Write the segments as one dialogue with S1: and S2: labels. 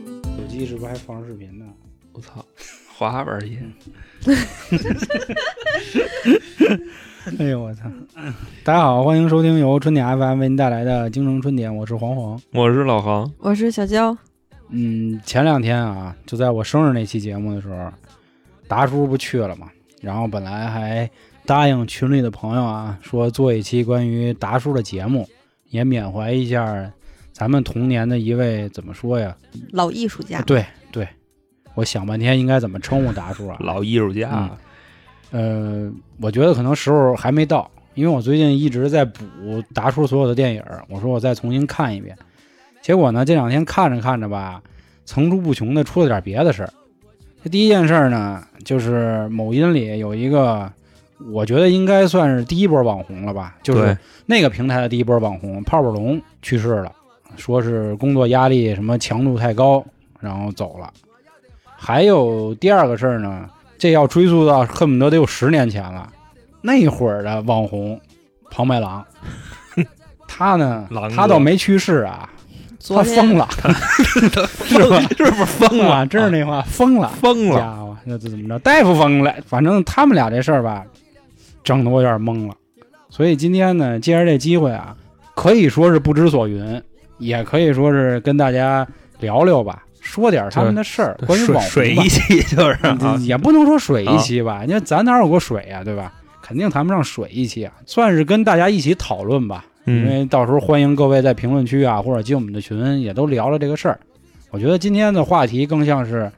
S1: 不还放视频呢？
S2: 我操，滑板儿音，
S1: 哎呦我操！大家好，欢迎收听由春点 FM 为您带来的《京城春点》，我是黄黄。
S2: 我是老航，
S3: 我是小娇，
S1: 嗯，前两天啊，就在我生日那期节目的时候，达叔不去了嘛，然后本来还答应群里的朋友啊，说做一期关于达叔的节目，也缅怀一下咱们童年的一位怎么说呀？
S3: 老艺术家，
S1: 对对，我想半天应该怎么称呼达叔啊？
S2: 老艺术家
S1: 嗯，呃，我觉得可能时候还没到，因为我最近一直在补达叔所有的电影儿，我说我再重新看一遍。结果呢，这两天看着看着吧，层出不穷的出了点别的事儿。这第一件事儿呢，就是某音里有一个，我觉得应该算是第一波网红了吧，就是
S2: 对，
S1: 那个平台的第一波网红泡泡龙去世了，说是工作压力什么强度太高，然后走了。还有第二个事儿呢，这要追溯到恨不得得有十年前了，那会儿的网红庞麦 郎，他呢
S2: 狼，哥
S1: 他倒没去世啊，他
S3: 昨
S1: 疯
S3: 天
S1: 了，是吧？
S2: 嗯 是不是疯
S1: 啊，
S2: 了？啊
S1: 真是那话，疯了，
S2: 疯了，
S1: 家伙，那这怎么着？大夫疯了，反正他们俩这事儿吧，整得我有点懵了。所以今天呢，借着这机会啊，可以说是不知所云，也可以说是跟大家聊聊吧，说点他们的事儿，关于
S2: 水
S1: 网
S2: 水
S1: 红
S2: 一
S1: 吧，
S2: 期 就是啊
S1: 嗯，也不能说水一期吧，因为咱哪有过水呀、对吧？肯定谈不上水一期啊，算是跟大家一起讨论吧。因
S2: 嗯，
S1: 为到时候欢迎各位在评论区啊，或者进我们的群，也都聊聊这个事儿。我觉得今天的话题更像是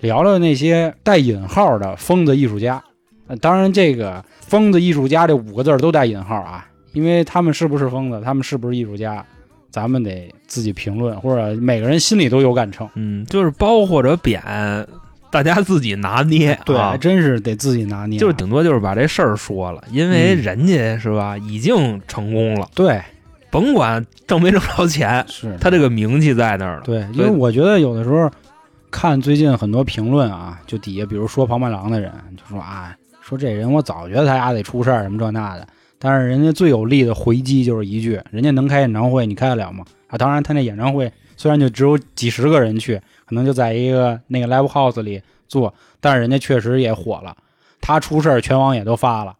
S1: 聊聊那些带引号的疯子艺术家。呃当然，这个“疯子艺术家”这五个字儿都带引号啊，因为他们是不是疯子，他们是不是艺术家，咱们得自己评论，或者每个人心里都有杆秤。
S2: 嗯，就是褒或者贬，大家自己拿捏
S1: 哎
S2: 啊
S1: 还。真是得自己拿捏啊。
S2: 就是顶多就是把这事儿说了，因为
S1: 嗯
S2: 人家是吧，已经成功了，
S1: 对，
S2: 甭管挣没挣着钱，
S1: 是
S2: 他这个名气在那儿了。
S1: 对，因
S2: 所以
S1: 为我觉得有的时候看最近很多评论啊，就底下比如说庞麦郎的人就说啊，说这人我早觉得他家得出事儿什么这那的，但是人家最有力的回击就是一句，人家能开演唱会，你开得了吗？啊，当然他那演唱会虽然就只有几十个人去，可能就在一个那个 live house 里做，但是人家确实也火了，他出事儿全网也都发了。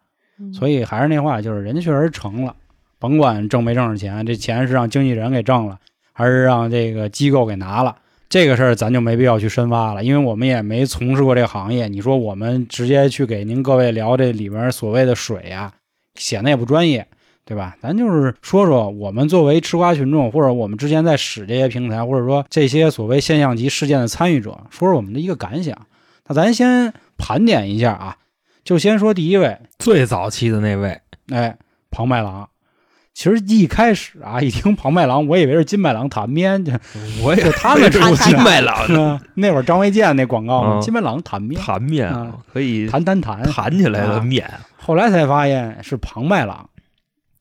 S1: 所
S3: 以
S1: 以还是那话，就是人家确实成了，甭管挣没挣着钱，这钱是让经纪人给挣了，还是让这个机构给拿了，这个事儿咱就没必要去深挖了，因为我们也没从事过这个行业。你说我们直接去给您各位聊这里面所谓的水啊，显得也不专业，对吧？咱就是说说我们作为吃瓜群众，或者我们之前在使这些平台，或者说这些所谓现象级事件的参与者，说说我们的一个感想。那咱先盘点一下啊，就先说第一位，
S2: 最早期的那位，
S1: 哎，庞麦郎。其实一开始啊，一听庞麦郎，我以为是金麦郎弹面，就
S2: 我也
S1: 就他 们出
S2: 出
S1: 去
S2: 金
S1: 的。
S2: 麦郎
S1: 嗯那会儿张卫健那广告嘛，
S2: 嗯
S1: 金麦郎弹面，
S2: 弹面
S1: 啊
S2: 可以
S1: 弹弹弹。
S2: 弹起来的面，
S1: 后来才发现是庞麦郎。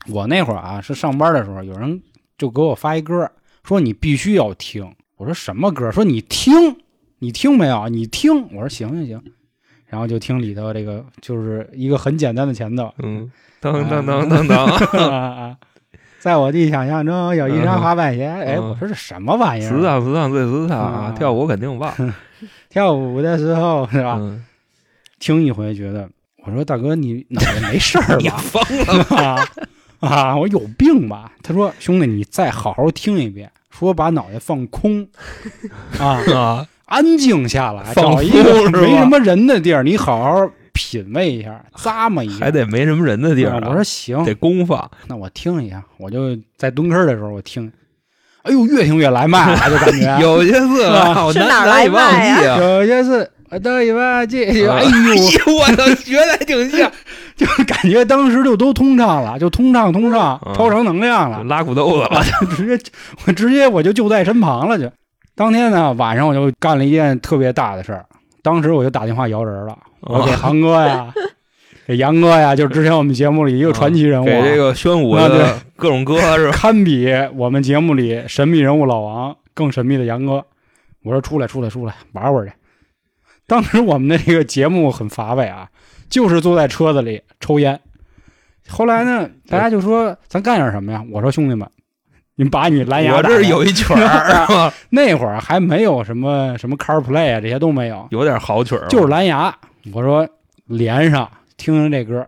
S1: 我那会儿啊，是上班的时候，有人就给我发一歌，说你必须要听。我说什么歌？说你听，你听没有？你听。我说行行行。然后就听里头这个，就是一个很简单的前奏，
S2: 嗯， 当当当当当，
S1: 啊啊！ 在我的想象中有一双滑板鞋，哎，
S2: 嗯
S1: 我说这什么玩意
S2: 时
S1: 儿？
S2: 尚时尚最时尚啊
S1: 啊！
S2: 跳舞肯定棒，
S1: 跳舞的时候是吧？
S2: 嗯，
S1: 听一回觉得，我说大哥你脑袋没事儿
S2: 你
S1: 吧？
S2: 疯了吧？
S1: 啊啊！我有病吧？他说兄弟，你再好好听一遍，说把脑袋放 空啊，
S2: 啊，
S1: 安静下来，
S2: 放
S1: 找一个
S2: 空是吧
S1: 没什么人的地儿，你好好品味一下，咂摸一下。
S2: 还得没什么人的地儿
S1: 啊
S2: 啊，
S1: 我说行，
S2: 得公放，
S1: 那我听一下，我就在蹲坑的时候我听，哎呦，越听越来脉 了，就感觉。
S2: 有些次啊，我
S3: 是
S2: 难
S3: 哪儿
S2: 难以
S3: 来
S2: 忘
S3: 卖
S2: 记啊。
S1: 有些呃是我到一半这，
S2: 啊
S1: 哎呦，
S2: 我操，学的还挺像，
S1: 就感觉当时就都通畅了，就通畅通畅
S2: 嗯，
S1: 超常能量了，
S2: 拉裤兜子了，
S1: 就 直接我直接我就就在身旁了就。当天呢晚上我就干了一件特别大的事儿，当时我就打电话摇人了，我
S2: 啊哦
S1: 给航哥 呀，给杨哥呀，就是之前我们节目里一个传奇人物啊，
S2: 给这个宣武
S1: 啊
S2: 的
S1: 对
S2: 各种歌是吧？
S1: 堪比我们节目里神秘人物老王更神秘的杨哥。我说出来，出来，出来，玩会儿去。当时我们的这个节目很乏味啊，就是坐在车子里
S2: 嗯
S1: 哎抽烟。后来呢，大家就说咱干点什么呀？我说兄弟们，你把你蓝牙
S2: 我这
S1: 打
S2: 儿
S1: 开
S2: 有一曲儿，是 吧
S1: 那会儿还没有什么什么 CarPlay 啊，这些都没有，
S2: 有点好曲儿，
S1: 就是蓝牙。我说连上，听听这歌。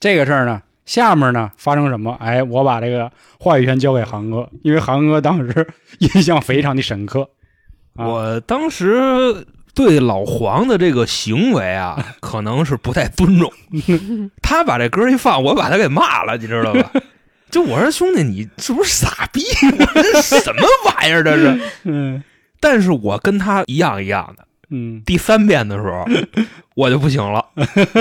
S1: 这个事儿呢，下面呢发生什么？哎，我把这个话语权交给韩哥，因为韩哥当时 印象非常的深刻。啊、
S2: 我当时对老黄的这个行为 啊，可能是不太尊重。他把这歌一放，我把他给骂了，你知道 吧？就我说兄弟，你是不是傻逼？我这什么玩意儿这是？
S1: 嗯
S2: 但是我跟他一样一样的。
S1: 嗯
S2: 第三遍的时 候，我就不行了，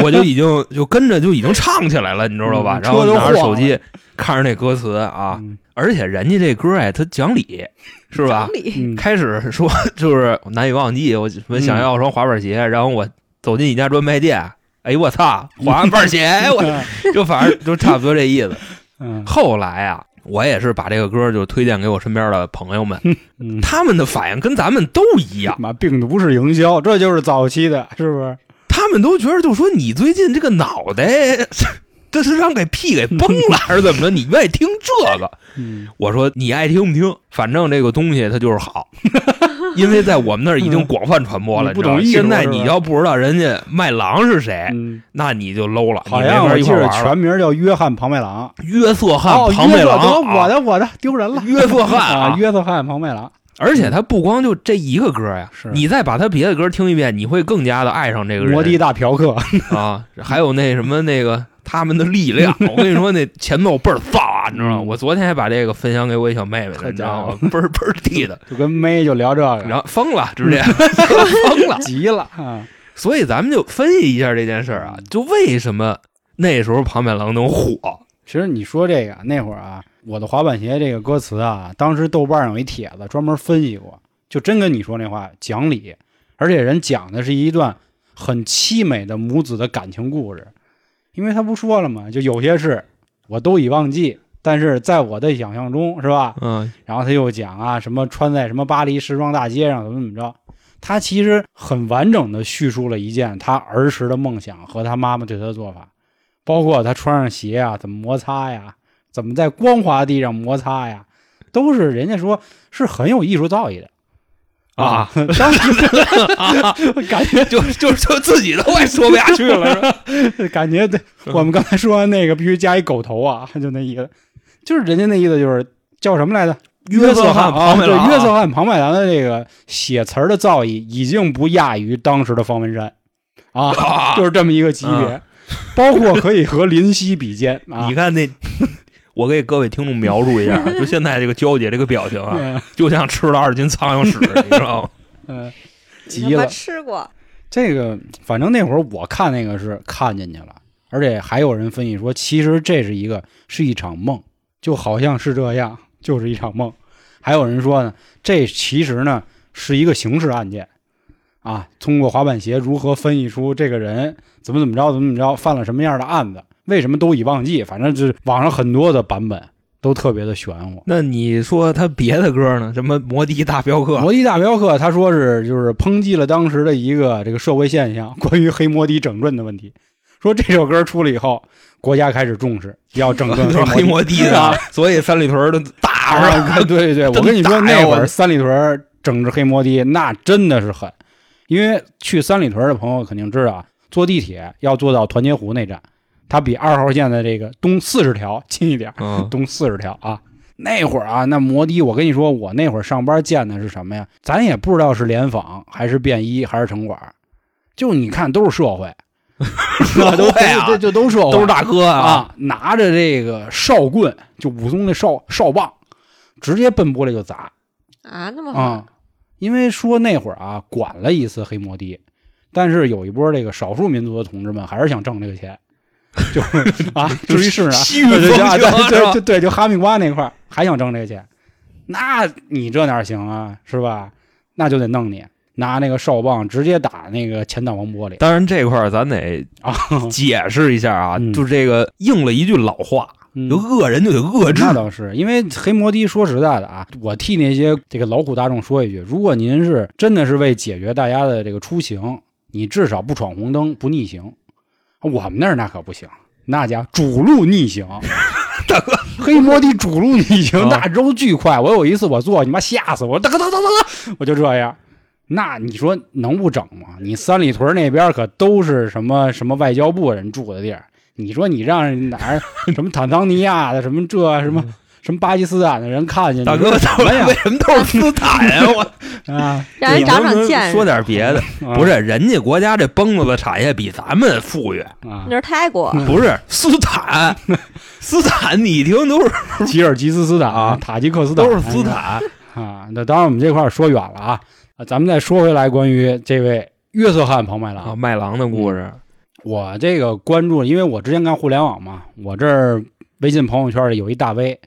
S2: 我就已经就跟着就已经唱起来了，你知道吧
S1: 嗯？
S2: 然后
S1: 车都
S2: 拿着
S1: 晃
S2: 手
S1: 了
S2: 机看着那歌词啊，
S1: 嗯
S2: 而且人家这歌哎，他讲理是吧？
S3: 讲理
S1: 嗯
S2: 开始说就是难以忘记，我我想要双滑板鞋，然后我走进一家专卖店，哎呦我操，滑板鞋，哎我 就反正就差不多这意思。
S1: 嗯
S2: 后来啊，我也是把这个歌就推荐给我身边的朋友们，
S1: 嗯，
S2: 他们的反应跟咱们都一样，
S1: 妈病毒式营销，这就是早期的，是不是？
S2: 他们都觉得就说你最近这个脑袋。 这是让给屁给崩了还是怎么着？你愿意听这个？
S1: 嗯
S2: 我说你爱听不听，反正这个东西它就是好， 因为在我们那儿已经广泛传播
S1: 嗯
S2: 了。
S1: 不
S2: 你知道
S1: 懂
S2: 吗
S1: 艺术
S2: 现在
S1: 是吧
S2: 你要不知道人家麦郎是谁，
S1: 嗯，
S2: 那你就 low 哎了，你
S1: 好像
S2: 没法
S1: 我
S2: 一
S1: 记
S2: 块儿
S1: 得
S2: 玩了。
S1: 全名叫约翰庞麦郎。
S2: 约瑟
S1: 哦
S2: 翰、，庞
S1: 约
S2: 麦
S1: 瑟
S2: 郎
S1: 得
S2: 啊，
S1: 我的我的丢人了。
S2: 约瑟翰
S1: 啊，
S2: 啊，
S1: 约瑟翰庞麦郎
S2: 而且他不光就这一个歌呀
S1: 是，
S2: 你再把他别的歌听一遍，你会更加的爱上这个
S1: 摩的
S2: 人
S1: 大嫖客，
S2: 啊。还有那什么那个他们的力 量，我跟你说那前奏倍儿燥啊，你知道吗？
S1: 嗯
S2: 我昨天还把这个分享给我一小妹妹呢，
S1: 好
S2: 你知
S1: 家
S2: 道
S1: 伙
S2: 吗？ 倍儿倍儿地 的。
S1: 就跟妹就聊这个，
S2: 然后疯了，直接疯了。
S1: 急了啊，
S2: 所以咱们就分析一下这件事儿啊，就为什么那时候庞麦郎能火？
S1: 其实你说这个那会儿啊，我的滑板鞋这个歌词啊，当时豆瓣上有一帖子专门分析过，就真跟你说那话讲理，而且人讲的是一段很凄美的母子的感情故事，因为他不说了嘛，就有些事我都已忘记，但是在我的想象中是吧？
S2: 嗯，
S1: 然后他又讲啊什么穿在什么巴黎时装大街上怎么怎么着，他其实很完整的叙述了一件他儿时的梦想和他妈妈对他的做法，包括他穿上鞋啊怎么摩擦呀，怎么在光滑地上摩擦呀，都是人家说是很有艺术造诣的
S2: 啊，
S1: 当时感觉
S2: 就就就自己都快说不下去了，是吧？
S1: 感觉对，
S2: 嗯
S1: 我们刚才说那个必须加一狗头啊，就那意思，就是人家那意思就是叫什么来着？
S2: 约瑟
S1: 翰
S2: 翰
S1: 啊，
S2: 庞麦
S1: 对，
S2: 郎啊
S1: 约瑟翰庞麦郎的这个写词儿的造诣已经不亚于当时的方文山啊，
S2: 啊
S1: 就是这么一个级别，包括可以和林夕比肩啊
S2: 你。看那，我给各位听众描述一下，就现在这个娇姐这个表情啊，
S1: 嗯
S2: 就像吃了二斤苍 蝇屎，你知道吗？
S1: 嗯，急
S3: 你他妈
S1: 了。
S3: 吃过，
S1: 这个反正那会儿我看那个是看进去了，而且还有人分析说，其实这是一个是一场梦，就好像是这样，就是一场梦。还有人说呢，这其实呢是一个刑事案件啊，通过滑板鞋如何分析出这个人怎么怎么着怎么怎么着犯了什么样的案子，为什么都已忘记，反正就是网上很多的版本都特别的玄乎。
S2: 那你说他别的歌呢？什么摩的大镖客？
S1: 摩的大镖客，他说是就是抨击了当时的一个这个社会现象，关于黑摩的整顿的问题。说这首歌出了以后，国家开始重视，要整 顿
S2: 黑
S1: 摩
S2: 摩的
S1: 啊
S2: 的，所以三里屯的大是吧？
S1: 啊！ 对对对，我跟你说，
S2: 真打呀
S1: 那会
S2: 我
S1: 儿三里屯整治黑摩的那真的是狠，因为去三里屯的朋友肯定知道啊，坐地铁要坐到团结湖那站，它比二号线的这个东四十条近一点。
S2: 嗯，
S1: 东四十条啊。那会儿啊，那摩的，我跟你说，我那会儿上班见的是什么呀？咱也不知道是联防还是便衣还是城管，就你看都是社 会，
S2: 社
S1: 都
S2: 会啊
S1: 这就都社会，
S2: 都是大哥啊，
S1: 啊，拿着这个哨棍，就武松那哨哨棒，直接奔玻璃就砸
S3: 啊，那么好，
S1: 啊、因为说那会儿啊，管了一次黑摩的，但是有一波这个少数民族的同志们还是想挣这个钱， 就是 啊，至于是哪，
S2: 西域
S1: 对对
S2: 风情
S1: 对啊对
S2: 是吧
S1: 对对对，就哈密瓜那块儿还想挣这个钱，那你这哪行啊，是吧？那就得弄你，拿那个哨棒直接打那个前挡风玻璃
S2: 当然这块儿咱得
S1: 啊，
S2: 解释一下啊，
S1: 嗯
S2: 就这个应了一句老话，
S1: 嗯
S2: 就恶人就得遏制
S1: 那倒是，因为黑摩的，说实在的啊，我替那些这个劳苦大众说一句，如果您是真的是为解决大家的这个出行，你至少不闯红灯，不逆行。我们那儿那可不行，那家主路逆行，黑摩的主路你行，那揉巨快。我有一次我坐，你妈吓死我，我噔噔噔噔噔，我就这样。那你说能不整吗？你三里屯那边可都是什么什么外交部人住的地儿，你说你让哪儿什么坦桑尼亚的什么这什么什么巴基斯坦的人看见，
S2: 大
S1: 你
S2: 哥，
S1: 说怎么呀
S2: 为？什么都是斯坦 呀？我
S1: 啊，
S3: 让人长长
S2: 你能不能
S3: 见
S2: 说
S3: 识。
S2: 点别的，不是人家国家这蹦子的产业比咱们富裕，
S1: 啊
S3: 那，是泰国，
S2: 不是斯坦， 斯坦你一听都是
S1: 吉尔吉斯斯坦
S2: 啊
S1: 塔吉克斯坦哎
S2: 都是斯坦，
S1: 啊。那当然，我们这块儿说远了啊，啊咱们再说回来关于这位约瑟翰庞麦郎
S2: 啊，，麦郎的故
S1: 嗯
S2: 事，
S1: 我这个关注，因为我之前干互联网嘛，我这儿微信朋友圈里有一大 V，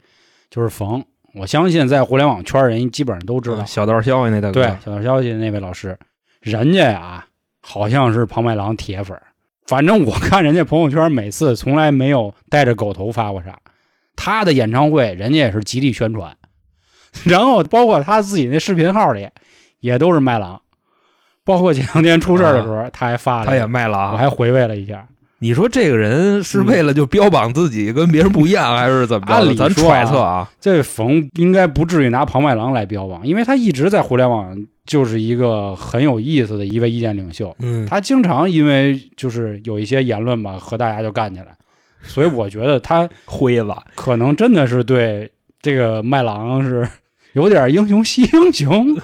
S1: 就是冯，我相信在互联网圈人基本上都知道。
S2: 啊小道消息那大
S1: 对
S2: 哥，，
S1: 小道消息那位老师，人家呀好像是庞麦郎铁粉儿，反正我看人家朋友圈每次从来没有带着狗头发过啥，他的演唱会人家也是极力宣传， 然后包括他自己那视频号里也都是麦郎，包括前两天出事儿的时候、他还发了，
S2: 啊他也哎麦
S1: 我
S2: 郎。
S1: 还回味了一下。
S2: 你说这个人是为了就标榜自己跟别人不一样，还是怎么
S1: 嗯按
S2: 着
S1: 理
S2: 的？咱
S1: 说啊
S2: 揣测啊，
S1: 这冯应该不至于拿庞麦郎来标榜，因为他一直在互联网就是一个很有意思的一位意见领袖。
S2: 嗯，
S1: 他经常因为就是有一些言论吧，和大家就干起来，所以我觉得他
S2: 灰子，
S1: 可能真的是对这个麦郎是有点英雄惜英雄，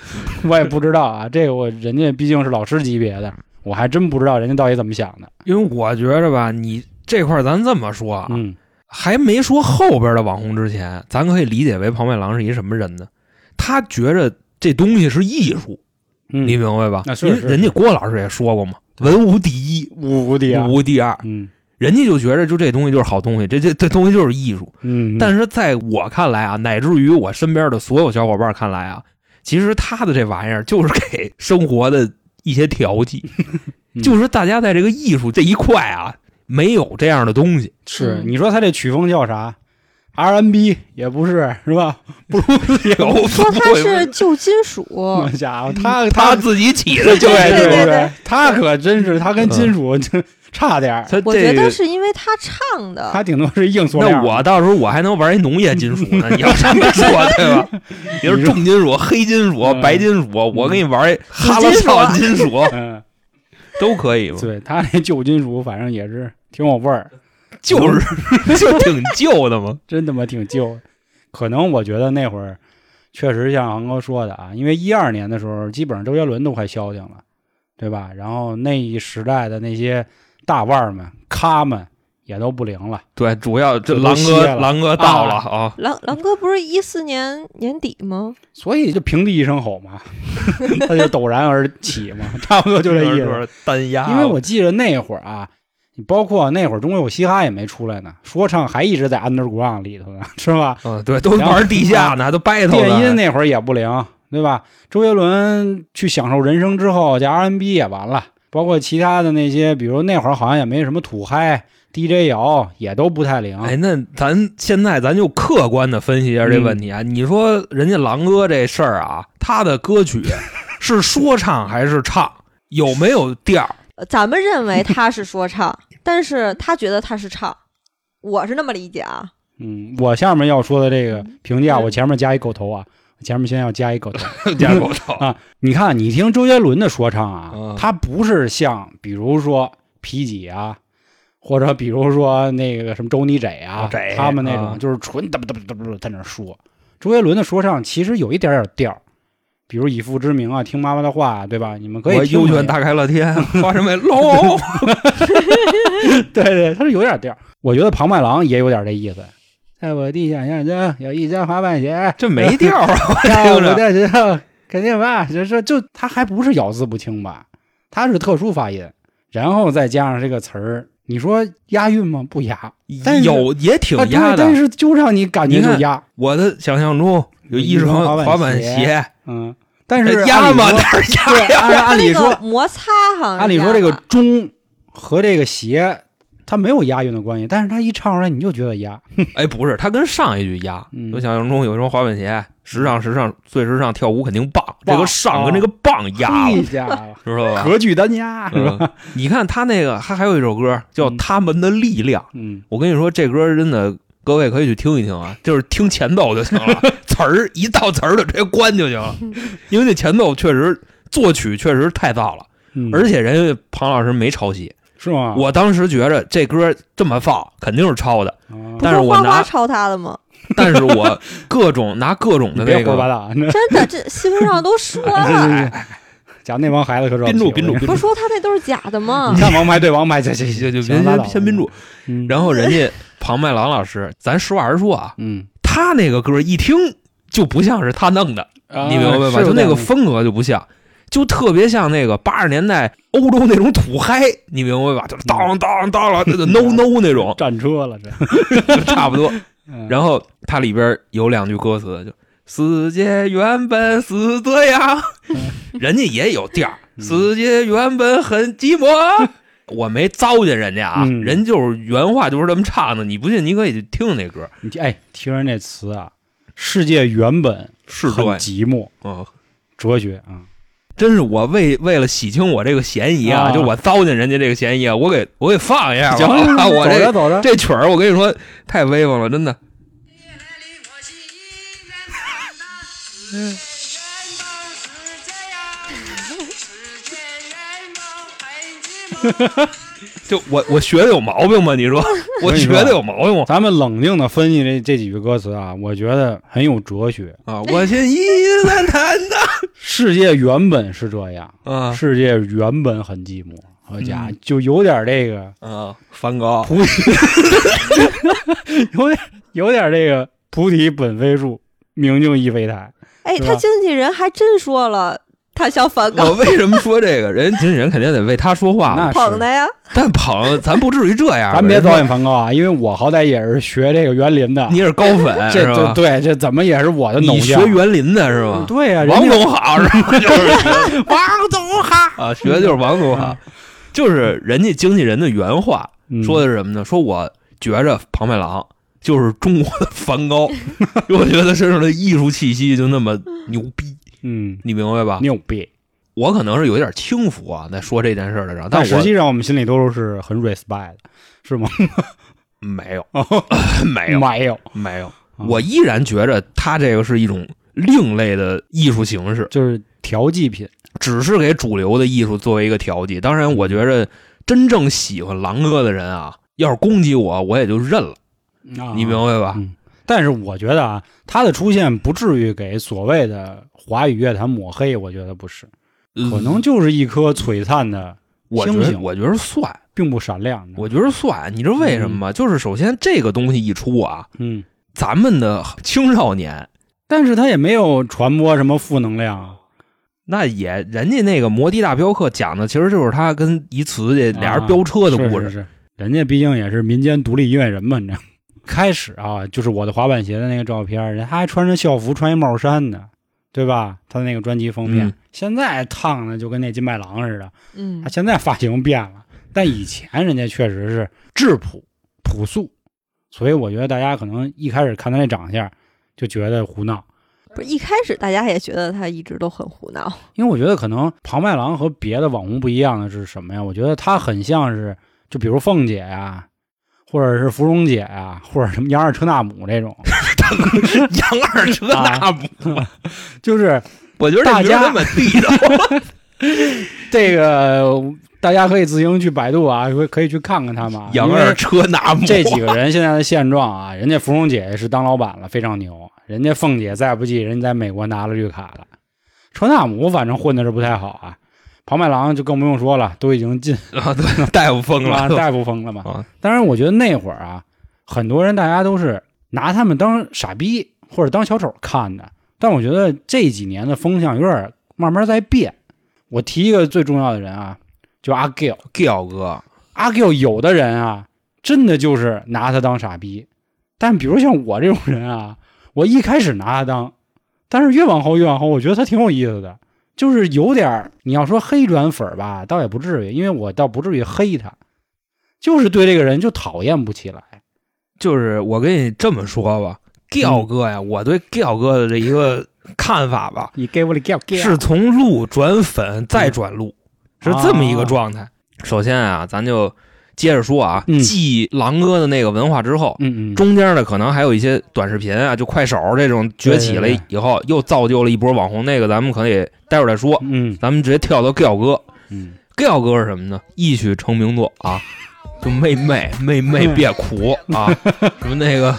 S1: 我也不知道啊。这个我人家毕竟是老师级别的，我还真不知道人家到底怎么想的。
S2: 因为我觉着吧，你这块儿咱这么说啊，
S1: 嗯
S2: 还没说后边的网红之前，咱可以理解为庞麦郎是一什么人呢？他觉着这东西是艺术，
S1: 嗯，
S2: 你明白吧？
S1: 啊是
S2: 因为
S1: 是
S2: 人家
S1: 是
S2: 郭老师也说过嘛，文无第一，
S1: 无无敌啊
S2: 武，无第二，
S1: 嗯
S2: 人家就觉着就这东西就是好东西，这这这东西就是艺术。
S1: 嗯，
S2: 但是在我看来啊，乃至于我身边的所有小伙伴看来啊，其实他的这玩意儿就是给生活的一些调剂，
S1: 嗯
S2: 就是大家在这个艺术这一块啊，没有这样的东西。
S1: 是
S3: 嗯
S1: 你说他这曲风叫啥？R&B 也不是是吧？布鲁斯也
S2: 有
S1: 不
S3: 说他是旧金 属，
S1: 是，家伙，他
S2: 哦他
S1: 他
S2: 自己起的
S1: 对
S2: 就是嗯
S3: 对
S1: 对
S3: 对
S1: 对
S3: 对，
S1: 他可真是他跟金属就差点儿，
S2: 他
S3: 我
S2: 这
S3: 觉
S2: 个
S3: 得是因为他唱
S1: 他
S3: 的，
S1: 顶多是硬塑料。
S2: 那我到时候我还能玩一农业金属呢，你要 这么说对吧？ 你说重 金属、黑金属、
S1: 嗯
S2: 白金属，我给你玩一哈拉草金属
S1: 嗯，
S2: 都可以嘛，
S1: 对他那旧金属，反正也是挺有味儿，
S2: 就是 就挺旧的嘛。
S1: 真他妈挺旧。可能我觉得那会儿确实像航哥说的啊，因为一二年的时候，基本上周杰伦都快消停了，对吧？然后那一时代的那些大腕儿们、咖们也都不灵了。
S2: 对，主要
S1: 这
S2: 这
S1: 都
S2: 狼
S1: 歇
S2: 哥
S1: 了
S2: 狼哥到了啊，
S3: 狼狼哥不是一四年年底吗？
S1: 所以就平地一声吼嘛， 他就陡然而起嘛， 差不多就这意思。
S2: 思。单压，
S1: 因为我记得那会儿啊，你包括那会儿中国有嘻哈也没出来呢，说唱还一直在 underground 里头呢， 是吧？
S2: 嗯对，都玩地下呢，都 battle
S1: 啊电音
S2: 呢。
S1: 那会儿也不灵，对吧？周杰伦去享受人生之后，加 R&B 也完了，包括其他的那些，比如那会儿好像也没什么土嗨、DJ 摇也都不太灵。
S2: 哎，那咱现在咱就客观的分析一下
S1: 嗯
S2: 这问题啊。你说人家狼哥这事儿啊，他的歌 曲是说唱还是唱？有没有调儿？
S3: 呃咱们认 为他是说唱，但是他觉得他是唱，我是那么理解啊。
S1: 嗯，我下面要说的这个评价，我前面加一狗头啊，我前面先要加一狗头。
S2: 加 狗头
S1: 啊你看，你听周杰伦的说唱
S2: 嗯
S1: 啊，他不是像比如说皮几啊，或者比如说那个什么周尼芷啊
S2: 哦，芷
S1: 他们那
S2: 啊
S1: 种就是纯嘚啵嘚啵嘚啵在那说。周杰伦的说唱其实有一点点调儿，比如以父之名啊，听妈妈的话，对吧？你们可以
S2: 我
S1: 听
S2: 优
S1: 听
S2: 选大开 了天，花生米喽。
S1: 对对，他是有点调儿。我觉得庞麦郎也有点这意思。在我地下象征有一双滑板鞋，
S2: 这没调 儿啊，
S1: 跳
S2: 听着
S1: 舞的时候肯定吧，就说就他还不是咬字不清吧，他是特殊发音，然后再加上这个词儿，你说押韵吗？不押，但是
S2: 有也挺
S1: 但
S2: 压
S1: 但但
S2: 的。
S1: 是就让你感觉就押，
S2: 我的想象中有一双滑板鞋，
S1: 嗯，但是
S2: 压嘛，
S1: 按理说
S2: 但是
S1: 对
S2: 压，
S1: 按按
S3: 他
S1: 理
S3: 那
S1: 说
S3: 个摩擦好像
S1: 按理说
S3: 是
S1: 这
S3: 样
S1: 个
S3: 吧
S1: 钟和这个鞋。它没有押韵的关系，但是它一唱出来你就觉得押，
S2: 哎，不是，它跟上一句压。
S1: 嗯
S2: 我想象中有一双滑板鞋，时尚时尚最时尚，跳舞肯定棒。
S1: 棒哦
S2: 这个上跟这个棒压了
S1: 这，家 伙
S2: 知道吧？
S1: 哎何惧单押是吧？
S2: 嗯你看他那个，还还有一首歌叫
S1: 嗯
S2: 《他们的力量》。
S1: 嗯
S2: 我跟你说，这歌真的各位可以去听一听啊，就是听前奏就行了，词儿一到词儿就直接关就行 了，因为那前奏确实作曲确实太燥了，
S1: 嗯啊
S2: 而且人家庞老师没抄袭，
S1: 是吗？
S2: 我当时觉着这歌这么放肯定是抄的，
S1: 啊
S3: 不
S2: 但是我
S3: 花
S2: 拿
S3: 花抄他的吗？
S2: 但 是我各种拿各种
S1: 你
S2: 的
S1: 别
S2: 那
S1: 胡说八
S2: 个，
S1: 道，啊那
S3: 真的，这新闻上都说 了，
S1: 这这假那帮孩子可着急
S2: 宾主
S1: 我跟
S2: 宾
S1: 你说
S2: 主宾主
S3: 不是，说他那都是假 的吗
S1: 你？看王牌对王牌，这这
S2: 就
S1: 这
S2: 就先先先宾，
S1: 行拉倒
S2: 主，
S1: 嗯
S2: 然后人家庞麦郎老师，咱实话实说啊，
S1: 嗯，
S2: 他那个歌一听就不像是他弄的，
S1: 啊
S2: 你明白吧？
S1: 是有
S2: 就那
S1: 点
S2: 个风格就不像，就特别像那个八十年代欧洲那种土嗨，你明白吧？就是当当当了，那就 no no 那种，
S1: 战车了，这。
S2: 就差不多。
S1: 嗯
S2: 然后它里边有两句歌词，就世界原本是这样， 人家也有调儿，
S1: 嗯
S2: 世界原本很寂 寞。我没糟践人家啊，
S1: 嗯
S2: 人就是原话就是这么唱的，你不信你可以去听听那歌，
S1: 你听，哎，听人这词啊，世界原本
S2: 是
S1: 很
S2: 对，
S1: 寂寞，
S2: 嗯，
S1: 哲学啊，
S2: 真是我为为了洗清我这个嫌疑啊，
S1: 啊
S2: 就我糟践人家这个嫌疑啊，我给我给放一下吧。
S1: 行，
S2: 啊 我
S1: 走着
S2: 这
S1: 走着，
S2: 这曲儿，我跟你说太威风了，真的。 就我我学的有毛病吗？你说我学的有毛病吗？
S1: 咱们冷静的分析这这几句歌词啊，我觉得很有哲学。
S2: 啊，我先一三弹的
S1: 世界原本是这样，
S2: 啊
S1: 世界原本很寂寞。好家伙
S2: 嗯，
S1: 就有点这个，
S2: 啊，梵高
S1: 菩提， 有点有点这个菩提本非树，明镜亦非台。
S3: 哎，
S1: 是吧
S3: 他经纪人还真说了，他像梵
S2: 我
S3: 高
S2: 为什么说这个？人经纪人肯定得为他说话嘛，
S1: 那
S3: 捧
S1: 是
S3: 的呀，
S2: 但捧咱不至于这样吧。
S1: 咱别
S2: 人家
S1: 糟践梵高啊，因为我好歹也是学这个园林的，
S2: 你也是高粉，
S1: 这
S2: 是
S1: 这
S2: 吧？
S1: 对这怎么也是我的
S2: 你
S1: 偶
S2: 学
S1: 像。
S2: 园林的是吧？
S1: 对呀、
S2: 王
S1: 人家
S2: 总好是 吧？就是王总好嗯啊，学的就是王总好，就是人家经纪人的原话
S1: 嗯
S2: 说的是什么呢？说我觉着庞麦郎就是中国的梵 高，因为我觉得身上的艺术气息就那么牛逼，
S1: 嗯
S2: 你明白吧？
S1: 牛逼，
S2: 我可能是有点轻浮啊，在说这件事儿的时候，但
S1: 实
S2: 我
S1: 际上我们心里都是很 respect 的，是吗？
S2: 没有，
S1: 哦
S2: 没有，
S1: 没有，啊
S2: 没有， 我依然觉着他这个是一种另类的艺术形式。
S1: 就是调剂品。
S2: 只是给主流的艺术作为一个调剂。当然，我觉着真正喜欢狼哥的人啊，要是攻击我，我也就认了，
S1: 啊
S2: 你明白吧？
S1: 嗯但是我觉得啊，他的出现不至于给所谓的华语乐坛抹黑，我觉得不是，嗯可能就是一颗璀璨的，
S2: 呃我觉
S1: 清
S2: 得，
S1: 醒嗯
S2: 我觉得算，
S1: 并不闪亮的。
S2: 我觉得算。你知道为什么吗？就是首先这个东西一出啊，
S1: 嗯，
S2: 咱们的青少年
S1: 但是他也没有传播什么负能量啊。
S2: 那也人家那个《摩的大镖客》讲的其实就是他跟一慈这俩人飙车的故
S1: 啊是
S2: 事。
S1: 是是人家毕竟也是民间独立音乐人嘛，你知道吗。开始啊，就是我的滑板鞋的那个照片，人他还穿着校服，穿一帽衫呢，对吧？他的那个专辑封面，
S2: 嗯
S1: 现在烫的就跟那金麦郎似的。
S3: 嗯
S1: 他现在发型变了，但以前人家确实是质朴朴素，所以我觉得大家可能一开始看他那长相就觉得胡闹，
S3: 不是一开始大家也觉得他一直都很胡闹，
S1: 因为我觉得可能庞麦郎和别的网红不一样的是什么呀？我觉得他很像是，就比如凤姐呀、或者是芙蓉姐呀、或者什么杨二车纳姆这种，
S2: 杨二车那不，
S1: 就是
S2: 我觉得这
S1: 大
S2: 名
S1: 家
S2: 儿那么 地道。
S1: 这个大家可以自行去百度啊，可以可以去看看他们啊。
S2: 杨
S1: 因为
S2: 二车那不，
S1: 这几个人现在的现状啊，人家芙蓉姐是当老板了，非常牛。啊人家凤姐再不济，人家在美国拿了绿卡了。车纳姆反正混的是不太好啊，庞麦郎就更不用说了，都已经进
S2: 啊，对， 大夫疯
S1: 啊
S2: 了，
S1: 大夫疯了嘛。
S2: 啊，
S1: 当然，我觉得那会儿啊，很多人大家都是拿他们当傻逼或者当小丑看的。但我觉得这几年的风向有点慢慢在变。我提一个最重要的人啊，就阿 Giao。
S2: 吊哥，
S1: 阿 Q 有的人啊，真的就是拿他当傻逼，但比如像我这种人啊，我一开始拿他当，但是越往后越往后，我觉得他挺有意思的，就是有点儿你要说黑转粉儿吧，倒也不至于，因为我倒不至于黑他，就是对这个人就讨厌不起来。
S2: 就是我跟你这么说吧，
S1: 嗯
S2: 吊哥呀，我对吊哥的这一个看法吧，
S1: 你给我里 Q
S2: 是从
S1: 嗯
S2: 路转粉再转路，是这么一个状态。首先啊，咱就接着说啊，
S1: 嗯
S2: 继狼哥的那个文化之后，
S1: 嗯嗯，
S2: 中间呢可能还有一些短视频啊，就快手这种崛起了
S1: 对对对
S2: 以后，又造就了一波网红。那个咱们可能也待会儿再说，
S1: 嗯
S2: 咱们直接跳到 Giao 哥。
S1: 嗯
S2: Giao 哥是什么呢？一曲成名作啊，就妹妹妹妹别苦啊，什么那个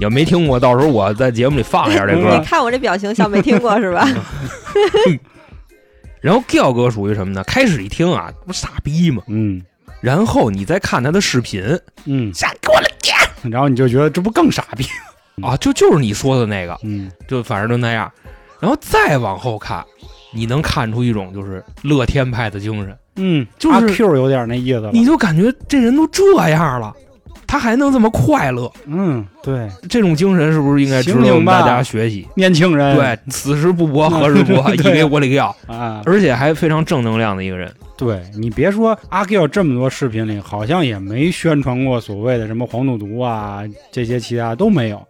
S2: 也没听过，到时候我在节目里放一下这歌
S3: 你。看我这表情像没听 过是吧？
S1: 嗯
S2: 然后 Giao 哥属于什么呢？开始一听啊，不傻逼吗？
S1: 嗯
S2: 然后你再看他的视频，
S1: 嗯
S2: 下给我来点
S1: 嗯，然后你就觉得这不更傻逼？
S2: 啊，就就是你说的那个，
S1: 嗯
S2: 就反正就那样。然后再往后看，你能看出一种就是乐天派的精神，
S1: 嗯，
S2: 就是
S1: 阿 Q 有点那意思了。
S2: 你就感觉这人都这样了，他还能这么快乐，
S1: 嗯，对，
S2: 这种精神是不是应该值得
S1: 醒醒
S2: 我们
S1: 吧
S2: 大家学习？
S1: 年轻人
S2: 对，此时不搏何时搏，
S1: 嗯
S2: 一给我里给要，
S1: 啊，
S2: 而且还非常正能量的一个人。
S1: 对你别说阿 Q 这么多视频里，好像也没宣传过所谓的什么黄赌毒啊，这些其他都没有，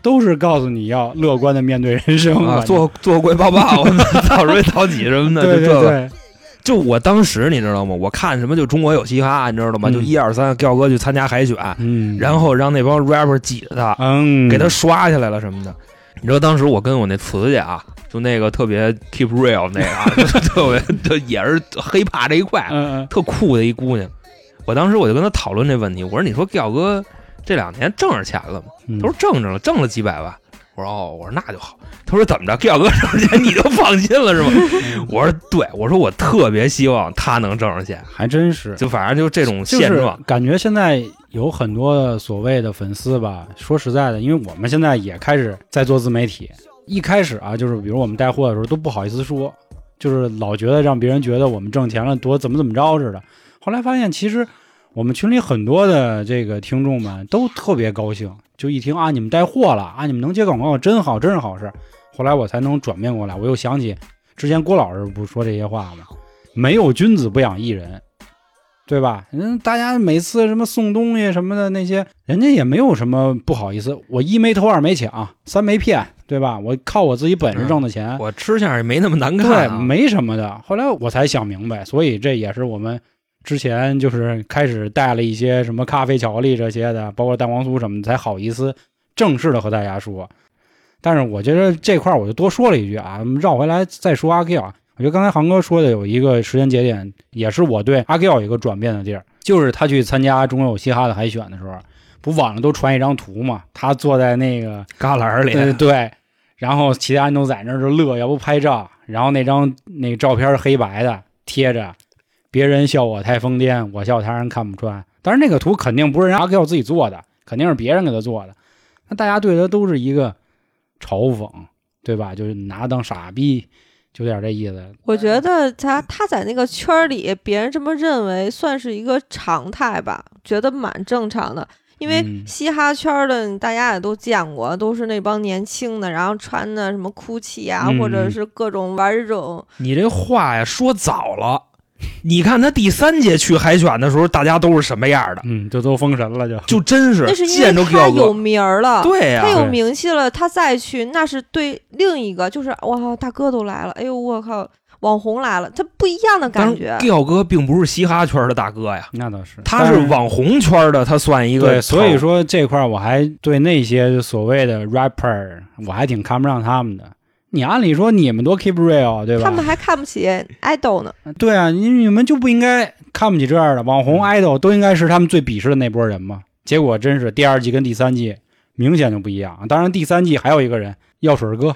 S1: 都是告诉你要乐观的面对人生
S2: 啊，
S1: 反正
S2: 做做鬼爸爸，我们讨论讨几什么的，
S1: 对
S2: 就
S1: 对
S2: 这个。
S1: 对，
S2: 就我当时你知道吗？我看什么就中国有嘻哈，你知道吗？
S1: 嗯
S2: 就一二三，吊哥去参加海选，
S1: 嗯，
S2: 然后让那帮 rapper 挤着他，
S1: 嗯，
S2: 给他刷起来了什么的。你知道当时我跟我那瓷去啊，就那个特别 keep real 那个啊，就特别就也是黑怕这一块，
S1: 嗯，嗯
S2: 特酷的一姑娘。我当时我就跟她讨论这问题，我说：“你说吊哥这两年挣着钱了吗？”
S1: 嗯，
S2: 他说挣着了，挣了几百万。我说哦，我说那就好。他说怎么着，这小哥挣着钱你就放心了是吗？
S1: 嗯
S2: 我说对，我说我特别希望他能挣着钱，
S1: 还真是，
S2: 就反正就这种
S1: 嗯就
S2: 现
S1: 是
S2: 状。
S1: 感觉现在有很多所谓的粉丝吧。说实在的，因为我们现在也开始在做自媒体，一开始啊，就是比如我们带货的时候都不好意思说，就是老觉得让别人觉得我们挣钱了多怎么怎么着似的。后来发现，其实我们群里很多的这个听众们都特别高兴，就一听啊你们带货了啊你们能接广告真好，真是好事。后来我才能转变过来，我又想起之前郭老师不说这些话吗？没有君子不养艺人，对吧？人大家每次什么送东西什么的那些，人家也没有什么不好意思。我一没偷，二没抢，三没骗，对吧？我靠我自己本事挣的钱，
S2: 我吃相也没那么难
S1: 嗯
S2: 看、
S1: 对，
S2: 啊，
S1: 没什么的。后来我才想明白，所以这也是我们之前就是开始带了一些什么咖啡、巧克力这些的，包括蛋黄酥什么的，才好意思正式的和大家说。但是我觉得这块儿我就多说了一句啊，我们绕回来再说阿 Q 啊。我觉得刚才航哥说的有一个时间节点，也是我对阿 Q 有一个转变的地儿，就是他去参加中国有嘻哈的海选的时候，不网上都传一张图嘛，他坐在那个
S2: 旮旯里。
S1: 对对，然后其他人都在那儿就乐，要不拍照，然后那张那个照片是黑白的贴着，别人笑我太疯癫，我笑他人看不穿。当然那个图肯定不是人家给我自己做的，肯定是别人给他做的。那大家对他都是一个嘲讽，对吧？就是拿他当傻逼，就有点这意思。
S3: 我觉得他他在那个圈儿里，别人这么认为算是一个常态吧，觉得蛮正常的。因为
S1: 嗯
S3: 嘻哈圈儿的大家也都见过，都是那帮年轻的，然后穿的什么 GUCCI 啊，
S1: 嗯
S3: 或者是各种玩这种，
S2: 你这话呀说早了，你看他第三届去海选的时候，大家都是什么样的？
S1: 嗯，就都封神了就，
S2: 就真是
S3: 那是因
S2: 见着
S3: 为他
S2: 吊
S3: 有
S2: 哥，
S3: 名儿了。
S2: 对呀、
S3: 他有
S1: 对
S3: 名气了，他再去那是对另一个，就是哇靠，大哥都来了，哎呦我靠，网红来了，他不一样的感
S2: 但
S3: 觉
S2: 是。吊哥并不是嘻哈圈的大哥呀，
S1: 那倒是，
S2: 他是
S1: 但
S2: 网红圈的，他算一个头。
S1: 对，所以说这块儿我还对那些所谓的 rapper，我还挺看不上他们的。你按理说你们多 keep real，对吧？
S3: 他们还看 不起 idol 呢，
S1: 对啊，你你们就不应该看不起这样的网红
S2: 嗯
S1: idol，都应该是他们最鄙视的那波人嘛。结果真是第二季跟第三季明显就不一样。当然，第三季还有一个人药水哥，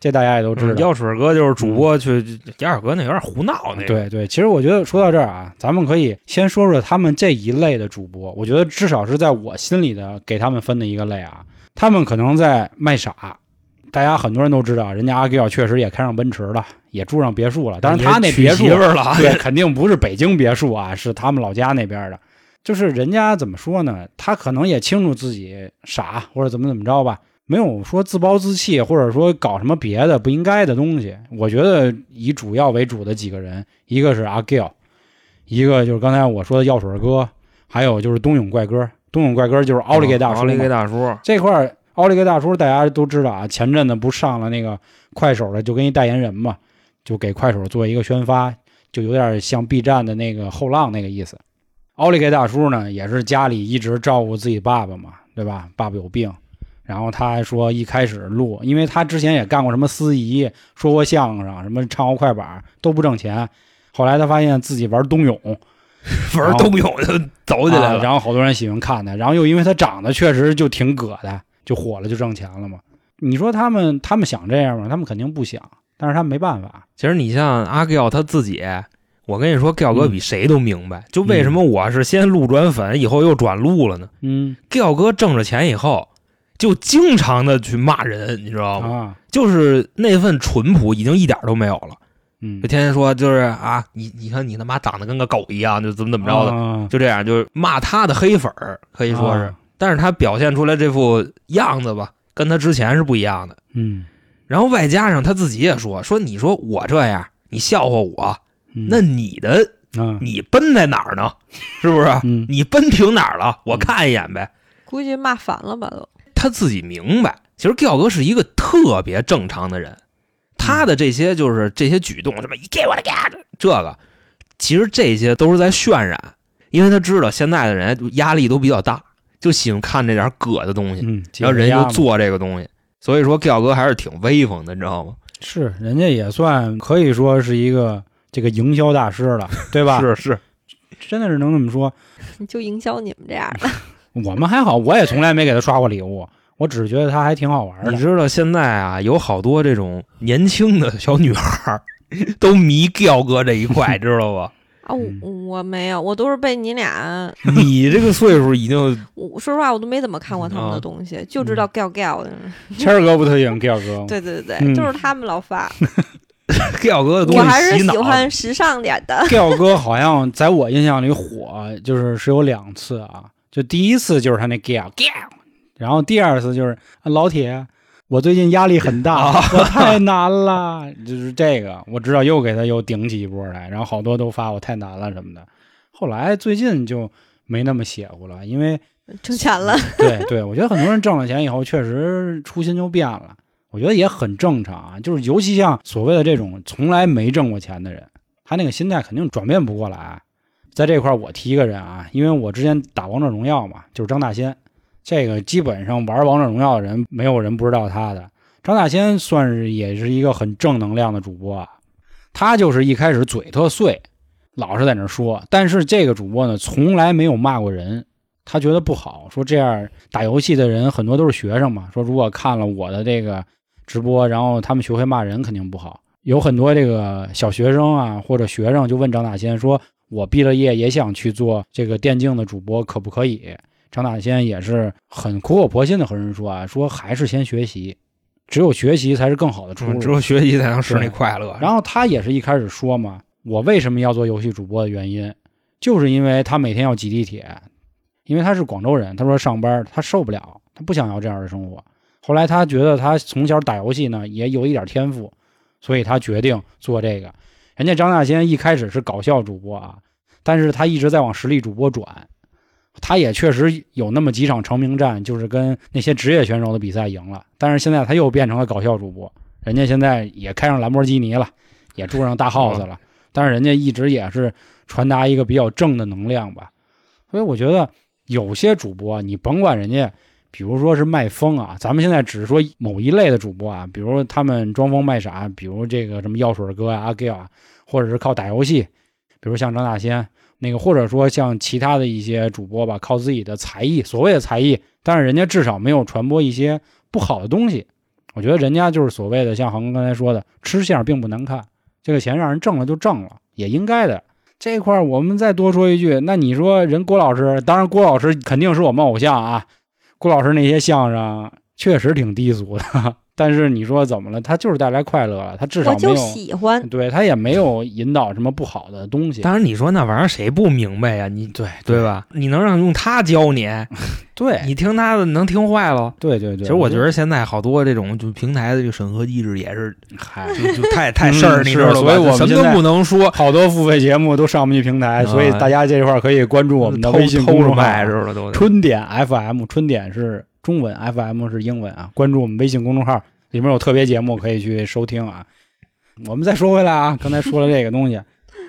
S1: 这大家也都知道。
S2: 嗯药水哥就是主播去，药水哥那有点胡闹那个。
S1: 对对，其实我觉得说到这儿啊，咱们可以先说说他们这一类的主播，我觉得至少是在我心里的给他们分的一个类啊。他们可能在卖傻，大家很多人都知道，人家阿 Q 确实也开上奔驰了，也住上别墅了，当然他那
S2: 娶
S1: 别墅
S2: 媳妇儿了啊，
S1: 对，肯定不是北京别墅啊，是他们老家那边的。就是人家怎么说呢？他可能也清楚自己傻或者怎么怎么着吧，没有说自暴自弃，或者说搞什么别的不应该的东西。我觉得以主要为主的几个人，一个是阿 Giao，一个就是刚才我说的药水哥，还有就是东永怪哥。东永怪哥就是奥利给大叔嘛，
S2: 奥利给大叔，
S1: 这块儿奥利给大叔大家都知道啊，前阵子不上了那个快手的，就跟一代言人嘛，就给快手做一个宣发，就有点像 B 站的那个后浪那个意思。奥利给大叔呢，也是家里一直照顾自己爸爸嘛，对吧？爸爸有病，然后他还说一开始录，因为他之前也干过什么司仪，说过相声，什么唱过快板，都不挣钱。后来他发现自己玩冬泳，
S2: 玩冬泳就走起来
S1: 啊
S2: 了。
S1: 然后好多人喜欢看他，然后又因为他长得确实就挺葛的，就火了，就挣钱了嘛。你说他们他们想这样吗？他们肯定不想，但是他们没办法。
S2: 其实你像阿 Giao 他自己，我跟你说，Giao 哥比谁都明白，就为什么我是先路转粉，以后又转路了呢
S1: 嗯
S2: ？Giao 哥挣着钱以后，就经常的去骂人，你知道吗？
S1: 啊，
S2: 就是那份淳朴已经一点都没有了，
S1: 嗯
S2: 就，天天说就是啊，你你看你他妈长得跟个狗一样，就怎么怎么着的，
S1: 的，
S2: 就这样，就是骂他的黑粉儿，可
S1: 可
S2: 以说是，但是他表现出来这副样子吧，跟他之前是不一样的。
S1: 嗯，
S2: 然后外加上他自己也说说，你说我这样，你笑话我，
S1: 嗯
S2: 那你的
S1: 啊，
S2: 你奔在哪儿呢？是不是？
S1: 嗯
S2: 你奔停哪儿了？我看一眼呗。
S3: 估计骂烦了吧都。
S2: 他自己明白，其实 Giao 哥是一个特别正常的人，他的这些就是这些举动，什么你给我的给我的这个，其实这些都是在渲染，因为他知道现在的人压力都比较大，就喜欢看这点儿葛的东西。
S1: 嗯，
S2: 然后人
S1: 家
S2: 就做这个东西，所以说 Giao 哥还是挺威风的，你知道吗？
S1: 是人家也算可以说是一个这个营销大师 了，对吧？
S2: 是是，
S1: 真的是能这么说。
S3: 你就营销你们这样的，
S1: 我们还好，我也从来没给他刷过礼物，我只是觉得他还挺好玩
S2: 你
S1: 的。
S2: 知道现在啊，有好多这种年轻的小女孩儿 都迷 Giao 哥这一 块，知道吧？
S3: 啊，我我没有，我都是被你俩，
S2: 你这个岁数已经，
S3: 我说实话我都没怎么看过他们的东西，就知道 giao giao 的。
S1: 哦谦儿哥不特喜欢 Giao 哥吗？
S3: 对对对，
S1: 嗯
S3: 就是他们老发，
S2: Giao 哥的东
S3: 我还
S2: 西
S3: 是
S2: 洗脑
S3: 喜，欢时尚点 的。
S1: Giao 哥好像在我印象里火，就是是有两次啊，就第一次就是他那 Giao Giao，然后第二次就是啊老铁，我最近压力很大，我太难了，就是这个，我知道又给他又顶起一波来，然后好多都发我太难了什么的，后来最近就没那么邪乎了，因为
S3: 挣钱了，
S1: 对对，我觉得很多人挣了钱以后，确实初心就变了。我觉得也很正常啊，就是尤其像所谓的这种从来没挣过钱的人，他那个心态肯定转变不过来。啊在这块儿，我提一个人啊，因为我之前打王者荣耀嘛，就是张大仙，这个基本上玩王者荣耀的人，没有人不知道他的。张大仙算是也是一个很正能量的主播啊，他就是一开始嘴特碎，老是在那儿说，但是这个主播呢，从来没有骂过人，他觉得不好，说这样打游戏的人很多都是学生嘛，说如果看了我的这个直播，然后他们学会骂人，肯定不好。有很多这个小学生啊或者学生就问张大仙说：“我毕了业也想去做这个电竞的主播，可不可以？”张大仙也是很苦口婆心的和人说啊，说还是先学习，只有学习才是更好的出
S2: 嗯
S1: 路。
S2: 只有学习才能使你快乐。
S1: 然后他也是一开始说嘛，我为什么要做游戏主播的原因，就是因为他每天要挤地铁，因为他是广州人，他说上班他受不了，他不想要这样的生活。后来他觉得他从小打游戏呢也有一点天赋，所以他决定做这个。人家张大仙一开始是搞笑主播啊，但是他一直在往实力主播转。他也确实有那么几场成名战，就是跟那些职业选手的比赛赢了，但是现在他又变成了搞笑主播，人家现在也开上兰博基尼了，也住上大 house 了，但是人家一直也是传达一个比较正的能量吧。所以我觉得有些主播，啊你甭管人家，比如说是卖风啊，咱们现在只是说某一类的主播啊，比如他们装疯卖傻，比如这个什么药水哥啊、阿 Gay 啊，或者是靠打游戏，比如像张大仙那个，或者说像其他的一些主播吧，靠自己的才艺，所谓的才艺，但是人家至少没有传播一些不好的东西。我觉得人家就是所谓的像航哥刚才说的，吃相并不难看，这个钱让人挣了就挣了，也应该的。这一块儿我们再多说一句，那你说人郭老师，当然郭老师肯定是我们偶像啊，郭老师那些相声确实挺低俗的， 但是你说怎么了？他就是带来快乐了，他至
S3: 我
S1: 少没有。
S3: 就
S1: 嗯
S3: 喜欢。
S1: 对他也没有引导什么不好的东西。
S2: 当然，你说那玩意儿谁不明白呀？你
S1: 对
S2: 对吧？你能让用他教你，
S1: 对
S2: 你听他的能听坏了。
S1: 对对对，
S2: 其实我觉得现在好多这种就平台的这个审核机制也是
S1: 嗨，
S2: 就就太太事儿，
S1: 嗯
S2: 你知道吧？
S1: 是所以我们
S2: 什么
S1: 现
S2: 都
S1: 在
S2: 不能说，
S1: 好多付费节目都上不去平台，
S2: 啊
S1: 所以大家这块儿可以关注我们的
S2: 偷
S1: 微信
S2: 偷
S1: 公
S2: 着
S1: 众号
S2: 卖
S1: “
S2: 似的都得。
S1: 春点 FM”，春点是中文，FM 是英文啊。关注我们微信公众号，里 面有特别节目可以去收听啊。我们再说回来啊，刚才说了这个东西，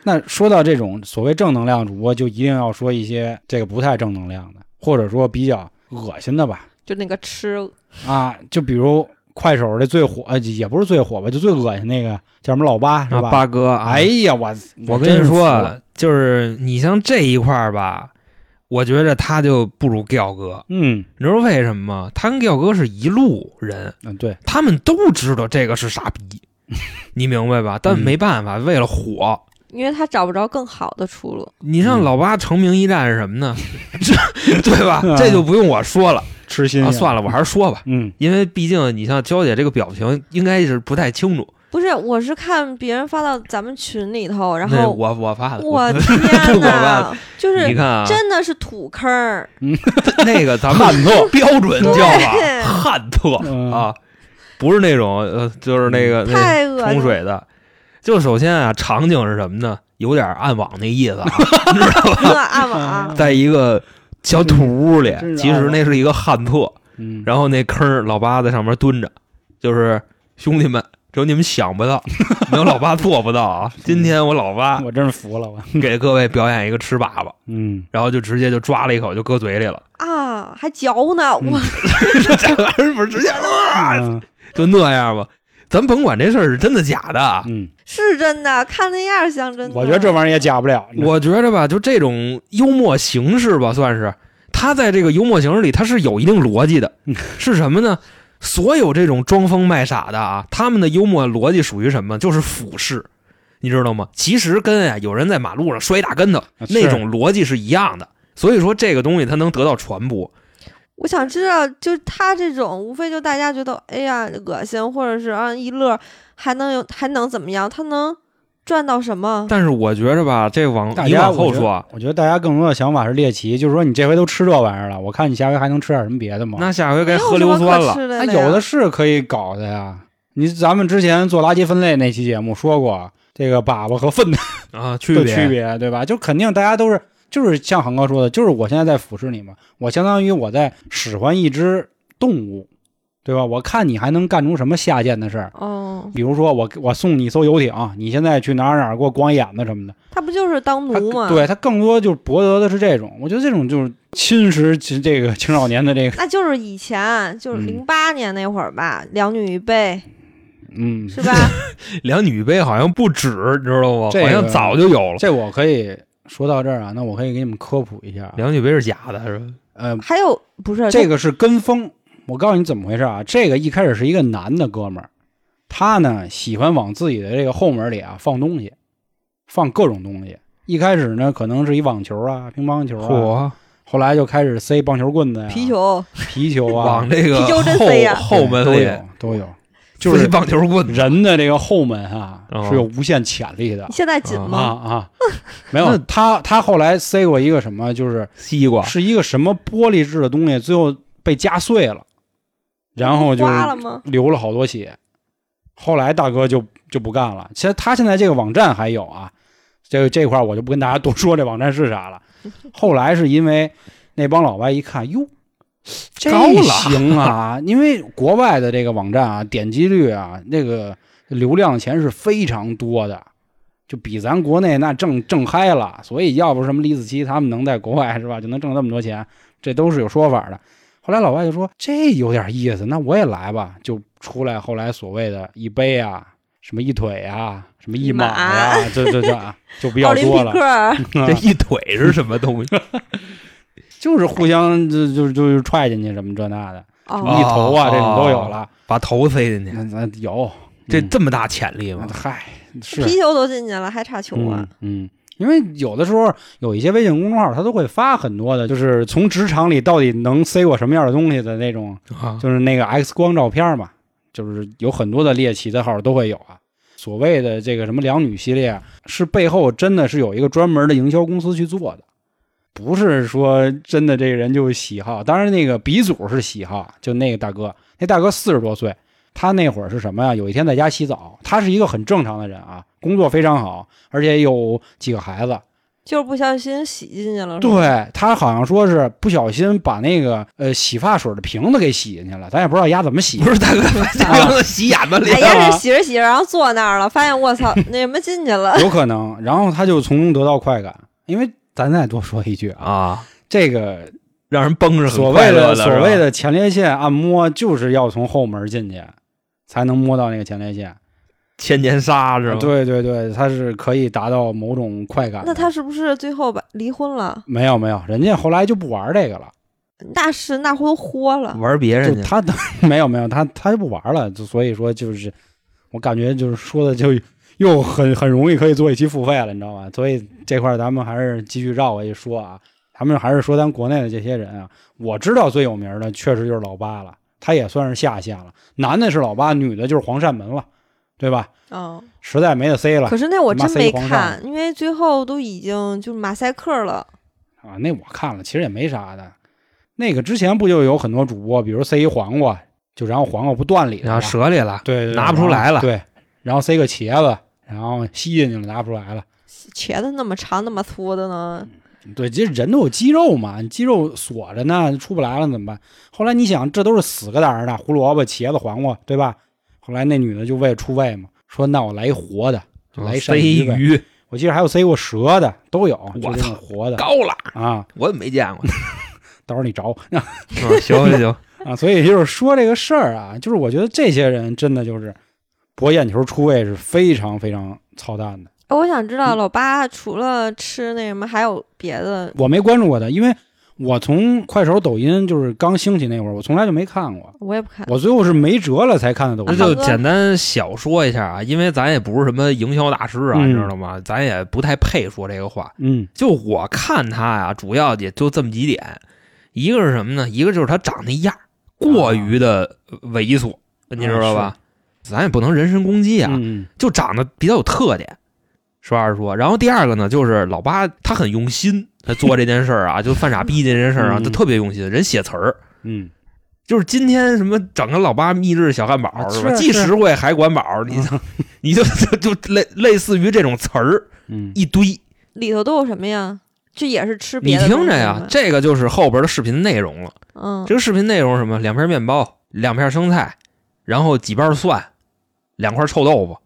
S1: 那说到这种所谓正能量主播，就一定要说一些这个不太正能量的，或者说比较恶心的吧？
S3: 就那个吃
S1: 啊，就比如快手这最火，呃也不是最火吧，就最恶心那个叫什么老八是
S2: 啊
S1: 吧？
S2: 八哥，
S1: 哎，呀，我
S2: 我
S1: 真
S2: 跟
S1: 是
S2: 你说
S1: 服了
S2: 啊，就是你像这一块儿吧，我觉得他就不如吊哥。
S1: 嗯
S2: 你知道为什么吗？他跟吊哥是一路人，
S1: 嗯，对，
S2: 他们都知道这个是傻 逼，你明白吧？但
S1: 嗯
S2: 没办法，为了火，
S3: 因为他找不着更好的出路。
S2: 你
S1: 嗯
S2: 像老八成名一战是什么呢？ 这对吧
S1: 啊？
S2: 这就不用我说了
S1: 痴心
S2: 啊！
S1: 呀
S2: 算了，我还是说吧，
S1: 嗯
S2: 因为毕竟你像娇姐这个表情应该是不太清楚。
S3: 不是，我是看别人发到咱们群里头，然
S2: 那
S3: 后
S2: 我我发的，
S3: 我
S2: 我
S3: 天
S2: 发
S3: 哪，就
S2: 的，你
S3: 是
S2: 看啊，
S3: 真的是土坑儿，
S2: 那个咱
S1: 汉
S2: 们
S1: 特
S2: 标准叫法
S3: 对
S2: 汉特
S1: 嗯
S2: 啊，不是那种呃，就是那个那
S3: 太恶心
S2: 冲
S3: 了。
S2: 水的。就首先啊，场景是什么呢？有点暗网那意思啊，你知道吧？
S3: 这暗网
S1: 嗯
S3: 啊，
S2: 在一个小土屋里
S1: 真，是
S2: 其
S1: 暗
S2: 实
S1: 网
S2: 那是一个汉特，
S1: 嗯，
S2: 然后那坑儿老八在上面蹲着，就是兄弟们，只有你们 想不到，没有老八做不到啊！
S1: 嗯
S2: 今天我老八
S1: 我真是服了我，
S2: 给各位表演一个吃粑粑，
S1: 嗯，
S2: 然后就直接就抓了一口就搁嘴 里了，
S3: 啊，还嚼呢，
S1: 嗯
S3: 我
S2: 这玩意儿不是直接啊
S1: 嗯
S2: 就那样吧？咱甭管这事儿是真的假的啊，
S1: 嗯，
S3: 是真的，看那样儿像真的。
S1: 我觉得这玩意儿也假不了，你知道吗
S2: 我觉着吧，就这种幽默形式吧，算是他在这个幽默形式里，他是有一定逻辑的
S1: 嗯，
S2: 是什么呢？所有这种装疯卖傻的啊，他们的幽默逻辑属于什么？就是俯视，你知道吗？其实跟啊有人在马路上摔一大跟头
S1: 啊是
S2: 那种逻辑是一样的。所以说这个东西它能得到传播，
S3: 嗯我想知道，就是他这种，无非就大家觉得，哎呀，恶心，或者是啊一乐，还能有还能怎么样？他能赚到什么？
S2: 但是我觉着吧，这往
S1: 大
S2: 你
S1: 家
S2: 往后
S1: 我觉得
S2: 说啊，
S1: 我觉得大家更多的想法是猎奇，就是说你这回都吃这玩意儿了，我看你下回还能吃点什么别的吗？
S2: 那下回
S3: 没
S2: 该
S3: 有
S2: 喝
S3: 什
S2: 硫
S3: 么
S2: 酸
S3: 可
S2: 了。
S3: 吃的
S1: 那
S3: 了呀，
S1: 有的是可以搞的呀。你咱们之前做垃圾分类那期节目说过，这个粑粑和粪的
S2: 啊，区
S1: 区
S2: 别
S1: 别，对吧？就肯定大家都是，就是像航哥说的，就是我现在在俯视你嘛，我相当于我在使唤一只动物，对吧？我看你还能干出什么下贱的事儿。
S3: 哦，
S1: 比如说我我送你一艘游艇，你现在去哪儿哪儿给我光眼子什么的，
S3: 他不就是当
S1: 他
S3: 奴吗？，
S1: 对他更多就是博得的是这种，我觉得这种就是侵蚀其这个青少年的这个，
S3: 那就是以前，啊就是
S1: 嗯
S3: 零八年那会儿吧，两女一杯
S1: 嗯，
S3: 是吧？
S2: 两女一杯好像不止，你知道吗？
S1: 这个
S2: 好像早就有了。
S1: 这我可以说到这儿啊，那我可以给你们科普一下啊，
S2: 两女一杯是假的，是吧？
S1: 呃，
S3: 还有不是
S1: 这个是跟风，我告诉你怎么回事啊，这个一开始是一个男的哥们儿，他呢喜欢往自己的这个后门里啊放东西，放各种东西。一开始呢，可能是一网球啊、乒乓球啊，
S2: 嚯，
S1: 后来就开始塞棒球棍子呀、
S3: 皮、球，
S1: 皮球啊
S2: 往，这个
S3: 啤酒真
S2: 后
S3: 塞呀
S2: 后门
S1: 都
S2: 里
S1: 有都有，就是
S2: 塞棒球棍子。
S1: 人的这个后门啊
S2: 哦
S1: 是有无限潜力的
S3: 你现在紧
S1: 啊
S3: 吗？
S1: 啊！没有
S2: 那
S1: 他，他后来塞过一个什么，就是
S2: 西瓜
S1: 是一个什么玻璃制的东西，最后被夹碎了，然后就
S3: 花了吗？
S1: 流了好多血。后来大哥就就不干了。其实他现在这个网站还有啊，这个这块儿我就不跟大家多说这网站是啥了。后来是因为那帮老外一看，哟，这
S2: 高了
S1: 行啊！因为国外的这个网站啊，点击率啊，那个流量钱是非常多的，就比咱国内那挣挣嗨了。所以要不是什么李子柒他们能在国外是吧，就能挣那么多钱，这都是有说法的。后来老外就说这有点意思，那我也来吧，就出来后来所谓的一杯啊，什么一腿啊，什么一马呀、啊，这这这啊就比
S3: 奥
S1: 较
S3: 林
S1: 多
S3: 匹
S1: 了，嗯
S3: 克，
S1: 啊
S2: 这一腿是什么 东西？
S1: 就是互相就就就是踹进去什么这那的，
S3: 哦
S1: 一头啊这种都有了，
S2: 把头塞进去，
S1: 那咱有
S2: 这啊
S1: 嗯
S2: 这么大潜力吗？
S1: 嗨是
S3: 皮球都进去了，还差球啊？
S1: 嗯。嗯因为有的时候有一些微信公众号，它都会发很多的，就是从职场里到底能塞过什么样的东西的那种
S2: 啊，
S1: 就是那个 X 光照片嘛，就是有很多的猎奇的号都会有啊。所谓的这个什么两女系列，是背后真的是有一个专门的营销公司去做的，不是说真的这个人就喜好。当然，那个鼻祖是喜好，就那个大哥，那大哥四十多岁，他那会儿是什么呀？有一天在家洗澡，他是一个很正常的人啊，工作非常好，而且有几个孩子，
S3: 就是不小心洗进去了。是吧，
S1: 对他好像说是不小心把那个呃洗发水的瓶子给洗进去了，咱也不知道丫怎么洗
S2: 不。是大哥，
S1: 啊
S2: 大杨子洗眼子里
S3: 哎
S1: 呀
S3: 呀，这洗着洗着，然后坐那儿了，发 现我操，那什么进去 了，
S1: 有可能。然后他就从中得到快感，因为咱再多说一句 啊，
S2: 啊，
S1: 这个
S2: 让人绷着很
S1: 所
S2: 快
S1: 谓的
S2: 乐的
S1: 所谓
S2: 是吧
S1: 的前列腺按摩，就是要从后门进去，才能摸到那个前列腺。
S2: 千年杀是吧？，
S1: 对对对，它是可以达到某种快感的。
S3: 那他是不是最后把离婚了？
S1: 没有没有，人家后来就不玩这个了，
S3: 那是那回豁了，
S2: 玩别人
S1: 就
S2: 去了
S1: 他 没有没有他他就不玩了，就所以说就是我感觉就是说的就又很很容易可以做一期付费了，你知道吗？所以这块儿咱们还是继续绕回去说啊，咱们还是说咱国内的这些人啊，我知道最有名的确实就是老八了，他也算是下线了，男的是老八，女的就是黄善门了，对吧？
S3: 嗯。
S1: 实在没得塞了
S3: 可是那我真没
S1: 马赛皇
S3: 看，因为最后都已经就是马赛克了。
S1: 啊，那我看了，其实也没啥的。那个之前不就有很多主播，比如塞一黄瓜，就然后黄瓜不断理了
S2: 然
S1: 吗，
S2: 后折里了，
S1: 对对对
S2: 拿不出
S1: 然后
S2: 来了
S1: 对，然后塞个茄子，然后吸进去了，拿不出来了。
S3: 茄子那么长那么粗的呢，
S1: 对，其实人都有肌肉嘛，你肌肉锁着呢，出不来了怎么办？后来你想，这都是死个胆儿的，胡萝卜、茄子、黄瓜，对吧？后来那女的就为了出位嘛，说那我来一活的，就来一鳝
S2: 飞
S1: 哦鱼呗。
S2: 鱼
S1: 我记得还有塞过蛇的，都有，就
S2: 我
S1: 这种
S2: 操
S1: 活的
S2: 高了，
S1: 啊，
S2: 我也没见过。
S1: 到时候你找我。
S2: 嗯行行行，
S1: 啊，所以就是说这个事儿啊，就是我觉得这些人真的就是博眼球出位是非常非常操蛋的。
S3: 哎我想知
S2: 嗯
S3: 道老八除了吃那什么，还有别的？
S1: 我没关注过他，因为我从快手、抖音就是刚兴起那会儿，我从来就没看过。
S3: 我也不看。
S1: 我最后是没辙了才看的抖
S2: 那
S1: 音。
S2: 就简单小说一下啊，因为咱也不是什么营销大师啊，
S1: 嗯
S2: 你知道吗？咱也不太配说这个话。
S1: 嗯
S2: 就我看他呀、主要也就这么几点，一个是什么呢？一个就是他长那样儿
S1: 啊
S2: 过于的猥琐，你知道吧？咱也不能人身攻击啊，
S1: 嗯
S2: 就长得比较有特点。实话实说，然后第二个呢，就是老八他很用心，他做这件事儿啊， 就犯傻逼这件事儿啊，
S1: 嗯
S2: 他特别用心，人写词儿。
S1: 嗯，
S2: 就是今天什么整个老八秘制小汉堡、
S1: 啊
S2: 是吧？
S1: 是
S2: 既
S1: 是啊
S2: 实惠还管饱，你、 你就就就类类似于这种词儿
S1: 嗯
S2: 一堆。
S3: 里头都有什么呀？这也是吃
S2: 你
S3: 别的东
S2: 听
S3: 西
S2: 着
S3: 吗。
S2: 呀，这个就是后边的视频内容了。
S3: 嗯
S2: 这，个视频内容是什么？两片面包，两片生菜，然后几瓣蒜，两块臭豆腐。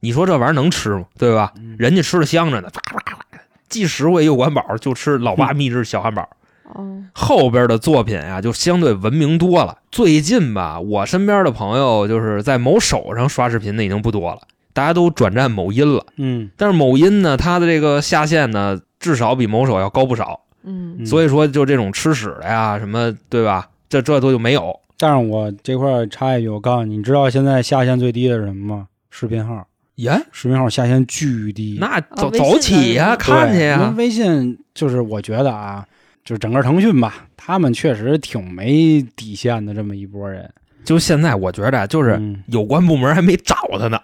S2: 你说这玩意儿能吃吗？对吧？
S1: 嗯
S2: 人家吃的香着呢，啪啪啪，既实惠又管饱，就吃老
S3: 嗯
S2: 八秘制小汉堡。
S3: 哦，
S2: 后边的作品啊，就相对文明多了。最近吧，我身边的朋友就是在某手上刷视频的已经不多了，大家都转战某音了。
S1: 嗯
S2: 但是某音呢，它的这个下限呢，至少比某手要高不少。
S3: 嗯，
S1: 嗯，
S2: 所
S1: 以
S2: 以说，就这种吃屎的呀，什么对吧？这这都就没有。
S1: 但是我这块儿插一句，我告诉你，你知道现在下线最低的是什么吗？视频号，
S2: 耶，
S1: 视频号下线巨低。
S2: 那走
S3: 微信
S2: 走起呀、
S3: 的
S2: 看去呀、
S1: 因为微信就是我觉得啊，就是整个腾讯吧，他们确实挺没底线的这么一波人。
S2: 就现在，我觉得就
S1: 不
S2: 是有关部门还没找他呢，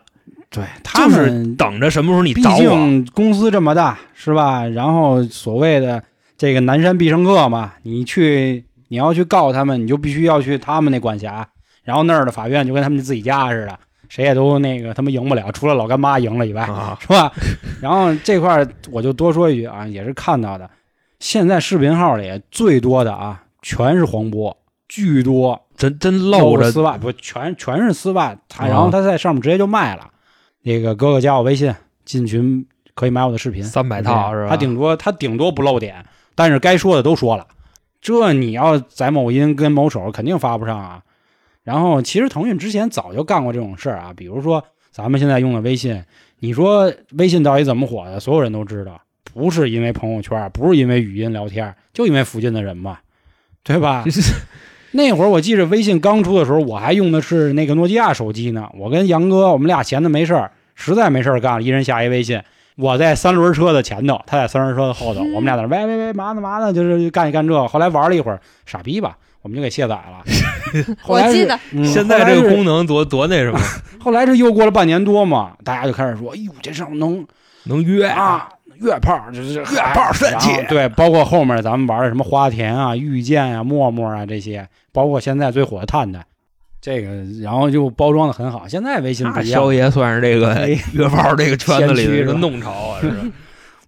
S1: 对他们，
S2: 等着什么时候你
S1: 毕
S2: 找我。
S1: 竟公司这么大，是吧？然后所谓的这个南山必胜客嘛，你去你要去告他们，你就必须要去他们那管辖，然后那儿的法院就跟他们自己家似的，谁也都那个他们赢不了，除了老干妈赢了以外，
S2: 啊，
S1: 是吧？然后这块儿我就多说一句啊，也是看到的，现在视频号里最多的啊，全是黄波，巨多，
S2: 真真
S1: 露
S2: 露着
S1: 丝袜，不全全是丝袜，他
S2: 啊
S1: 然后他在上面直接就卖了。那个哥哥加我微信，进群可以买我的视频，
S2: 三百套是吧？
S1: 他顶多他顶多不露点，但是该说的都说了。这你要在某音跟某手肯定发不上啊。然后其实腾讯之前早就干过这种事儿啊，比如说咱们现在用的微信，你说微信到底怎么火的，所有人都知道，不是因为朋友圈，不是因为语音聊天，就因为附近的人嘛，对 吧？那会儿我记着微信刚出的时候，我还用的是那个诺基亚手机呢。我跟杨哥，我们俩闲的没事儿，实在没事儿干了，一人下一微信。我在三轮车的前头，他在三轮车的 后头，
S3: 嗯
S1: 我们俩在那儿喂喂喂嘛呢嘛呢，就是干一干这。后来玩了一会儿，傻逼吧，我们就给卸载 了。后
S3: 我
S1: 来是
S3: 记得，
S1: 嗯
S2: 现在这
S1: 后
S2: 个
S1: 来是
S2: 功能多多那什么，
S1: 后来是又过了半年多嘛，大家就开始说，哎呦，这上能
S2: 能约
S1: 啊，月炮就是
S2: 哎
S1: 哎
S2: 月炮神器
S1: 然后对，包括后面咱们玩的什么花田啊、遇见啊、陌陌啊这些，包括现在最火的探探，这个然后就包装的很好。现在微信不
S2: 那
S1: 一样
S2: 肖，爷算是这个
S1: 哎
S2: 约炮这个圈子里
S1: 先驱
S2: 的
S1: 是吧
S2: 弄潮啊，是吧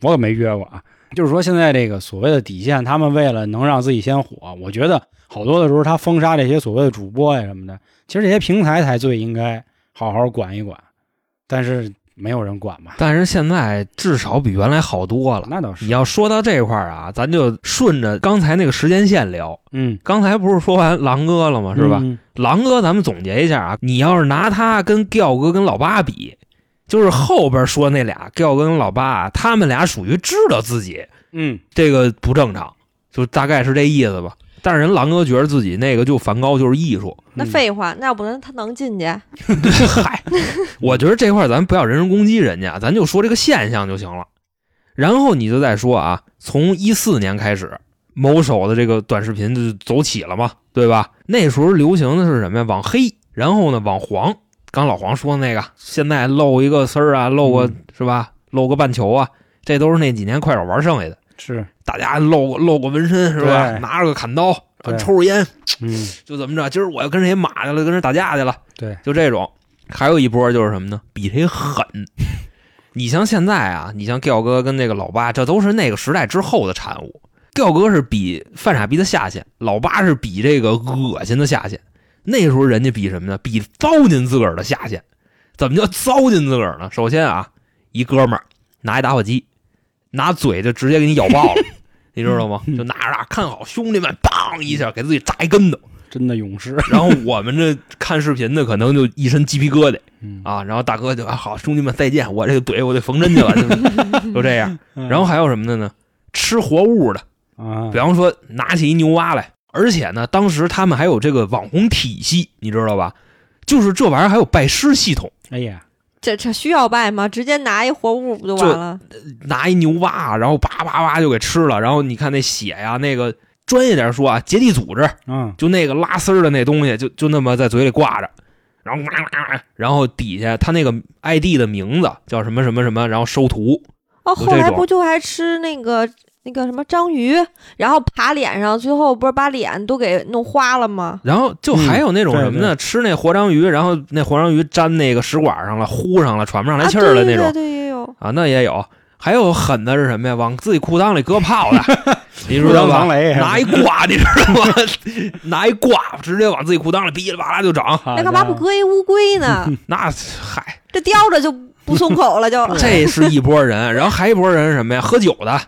S1: 我可没约过啊。就是说现在这个所谓的底线，他们为了能让自己先火，我觉得好多的时候他封杀这些所谓的主播呀什么的，其实这些平台才最应该好好管一管，但是没有人管嘛。
S2: 但是现在至少比原来好多了。
S1: 那倒是
S2: 你，要说到这块儿啊，咱就顺着刚才那个时间线聊。
S1: 嗯，
S2: 刚才不是说完狼哥了吗？是吧？
S1: 嗯
S2: 狼哥，咱们总结一下啊，你要是拿他跟 giao 哥跟老八比，就是后边说那俩 giao 哥跟老八啊，他们俩属于知道自己
S1: 嗯，
S2: 这个不正常，就大概是这意思吧。但是人狼哥觉得自己那个就梵高就是艺术，
S3: 那
S1: 嗯
S3: 废话，那要不然他能进去？
S2: 嗨，我觉得这块儿咱不要人身攻击人家，咱就说这个现象就行了。然后你就再说啊，从一四年开始，某手的这个短视频就走起了嘛，对吧？那时候流行的是什么呀？往黑，然后呢往黄。刚老黄说的那个，现在露一个丝儿啊，露个、
S1: 嗯
S2: 是吧？露个半球啊，这都是那几年快手玩剩下的。
S1: 是，
S2: 大家露露个纹身是吧？
S1: 对
S2: 拿着个砍刀，
S1: 对
S2: 抽着烟，
S1: 嗯，
S2: 就怎么着？今儿我要跟谁骂去了，跟谁打架去了，
S1: 对，
S2: 就这种。还有一波就是什么呢？比谁狠。你像现在啊，你像 giao 哥跟那个老八，这都是那个时代之后的产物。giao 哥是比犯傻逼的下限，老八是比这个恶心的下限。那时候人家比什么呢？比糟践自个儿的下限。怎么叫糟践自个儿呢？首先啊，一哥们儿拿一打火机，拿嘴就直接给你咬爆了，你知道吗？就拿着啊，看好兄弟们，砰一下给自己扎一跟头。
S1: 真的勇士，
S2: 然后我们这看视频的可能就一身鸡皮疙瘩
S1: 嗯，
S2: 啊，然后大哥就啊好，兄弟们再见，我这个怼我得缝针去了，就就这样。
S1: 嗯
S2: 然后还有什么的呢？吃活物的，
S1: 啊
S2: 比，方说拿起一牛蛙来，而且呢，当时他们还有这个网红体系，你知道吧？就是这玩意儿还有拜师系统，
S1: 哎呀，
S3: 这这需要拜吗？直接拿一活物不就完了？
S2: 拿一牛蛙，啊然后叭叭叭就给吃了，然后你看那血呀，那个专业点说啊，结缔组织，
S1: 嗯，
S2: 就那个拉丝儿的那东西，就就那么在嘴里挂着，然后哇哇哇然后底下他那个 ID 的名字叫什么什么什么，然后收徒，
S3: 哦，
S2: 有
S3: 后来
S2: 这种
S3: 不就还吃那个那个什么章鱼，然后爬脸上，最后不是把脸都给弄花了吗？
S2: 然后
S3: 嗯
S2: 就还有那种什么呢？吃那活章鱼，然后那活章鱼粘那个食管上了，呼上了，喘不上来气儿了那种
S3: 啊、对对对，也有。
S2: 啊，那也有。还有狠的是什么呀？往自己裤裆里搁炮的， 你知道吧
S1: 狼？雷
S2: 拿一挂，你知道吗？ 拿一挂，直接往自己裤裆里噼里啪啦就长。
S1: 好
S3: 那干嘛不
S1: 家伙
S3: 搁一乌龟 呢？
S2: 那嗨，
S3: 这叼着就不松口 了就，
S2: 这是一拨人，然后还一拨人是什么呀？喝酒的，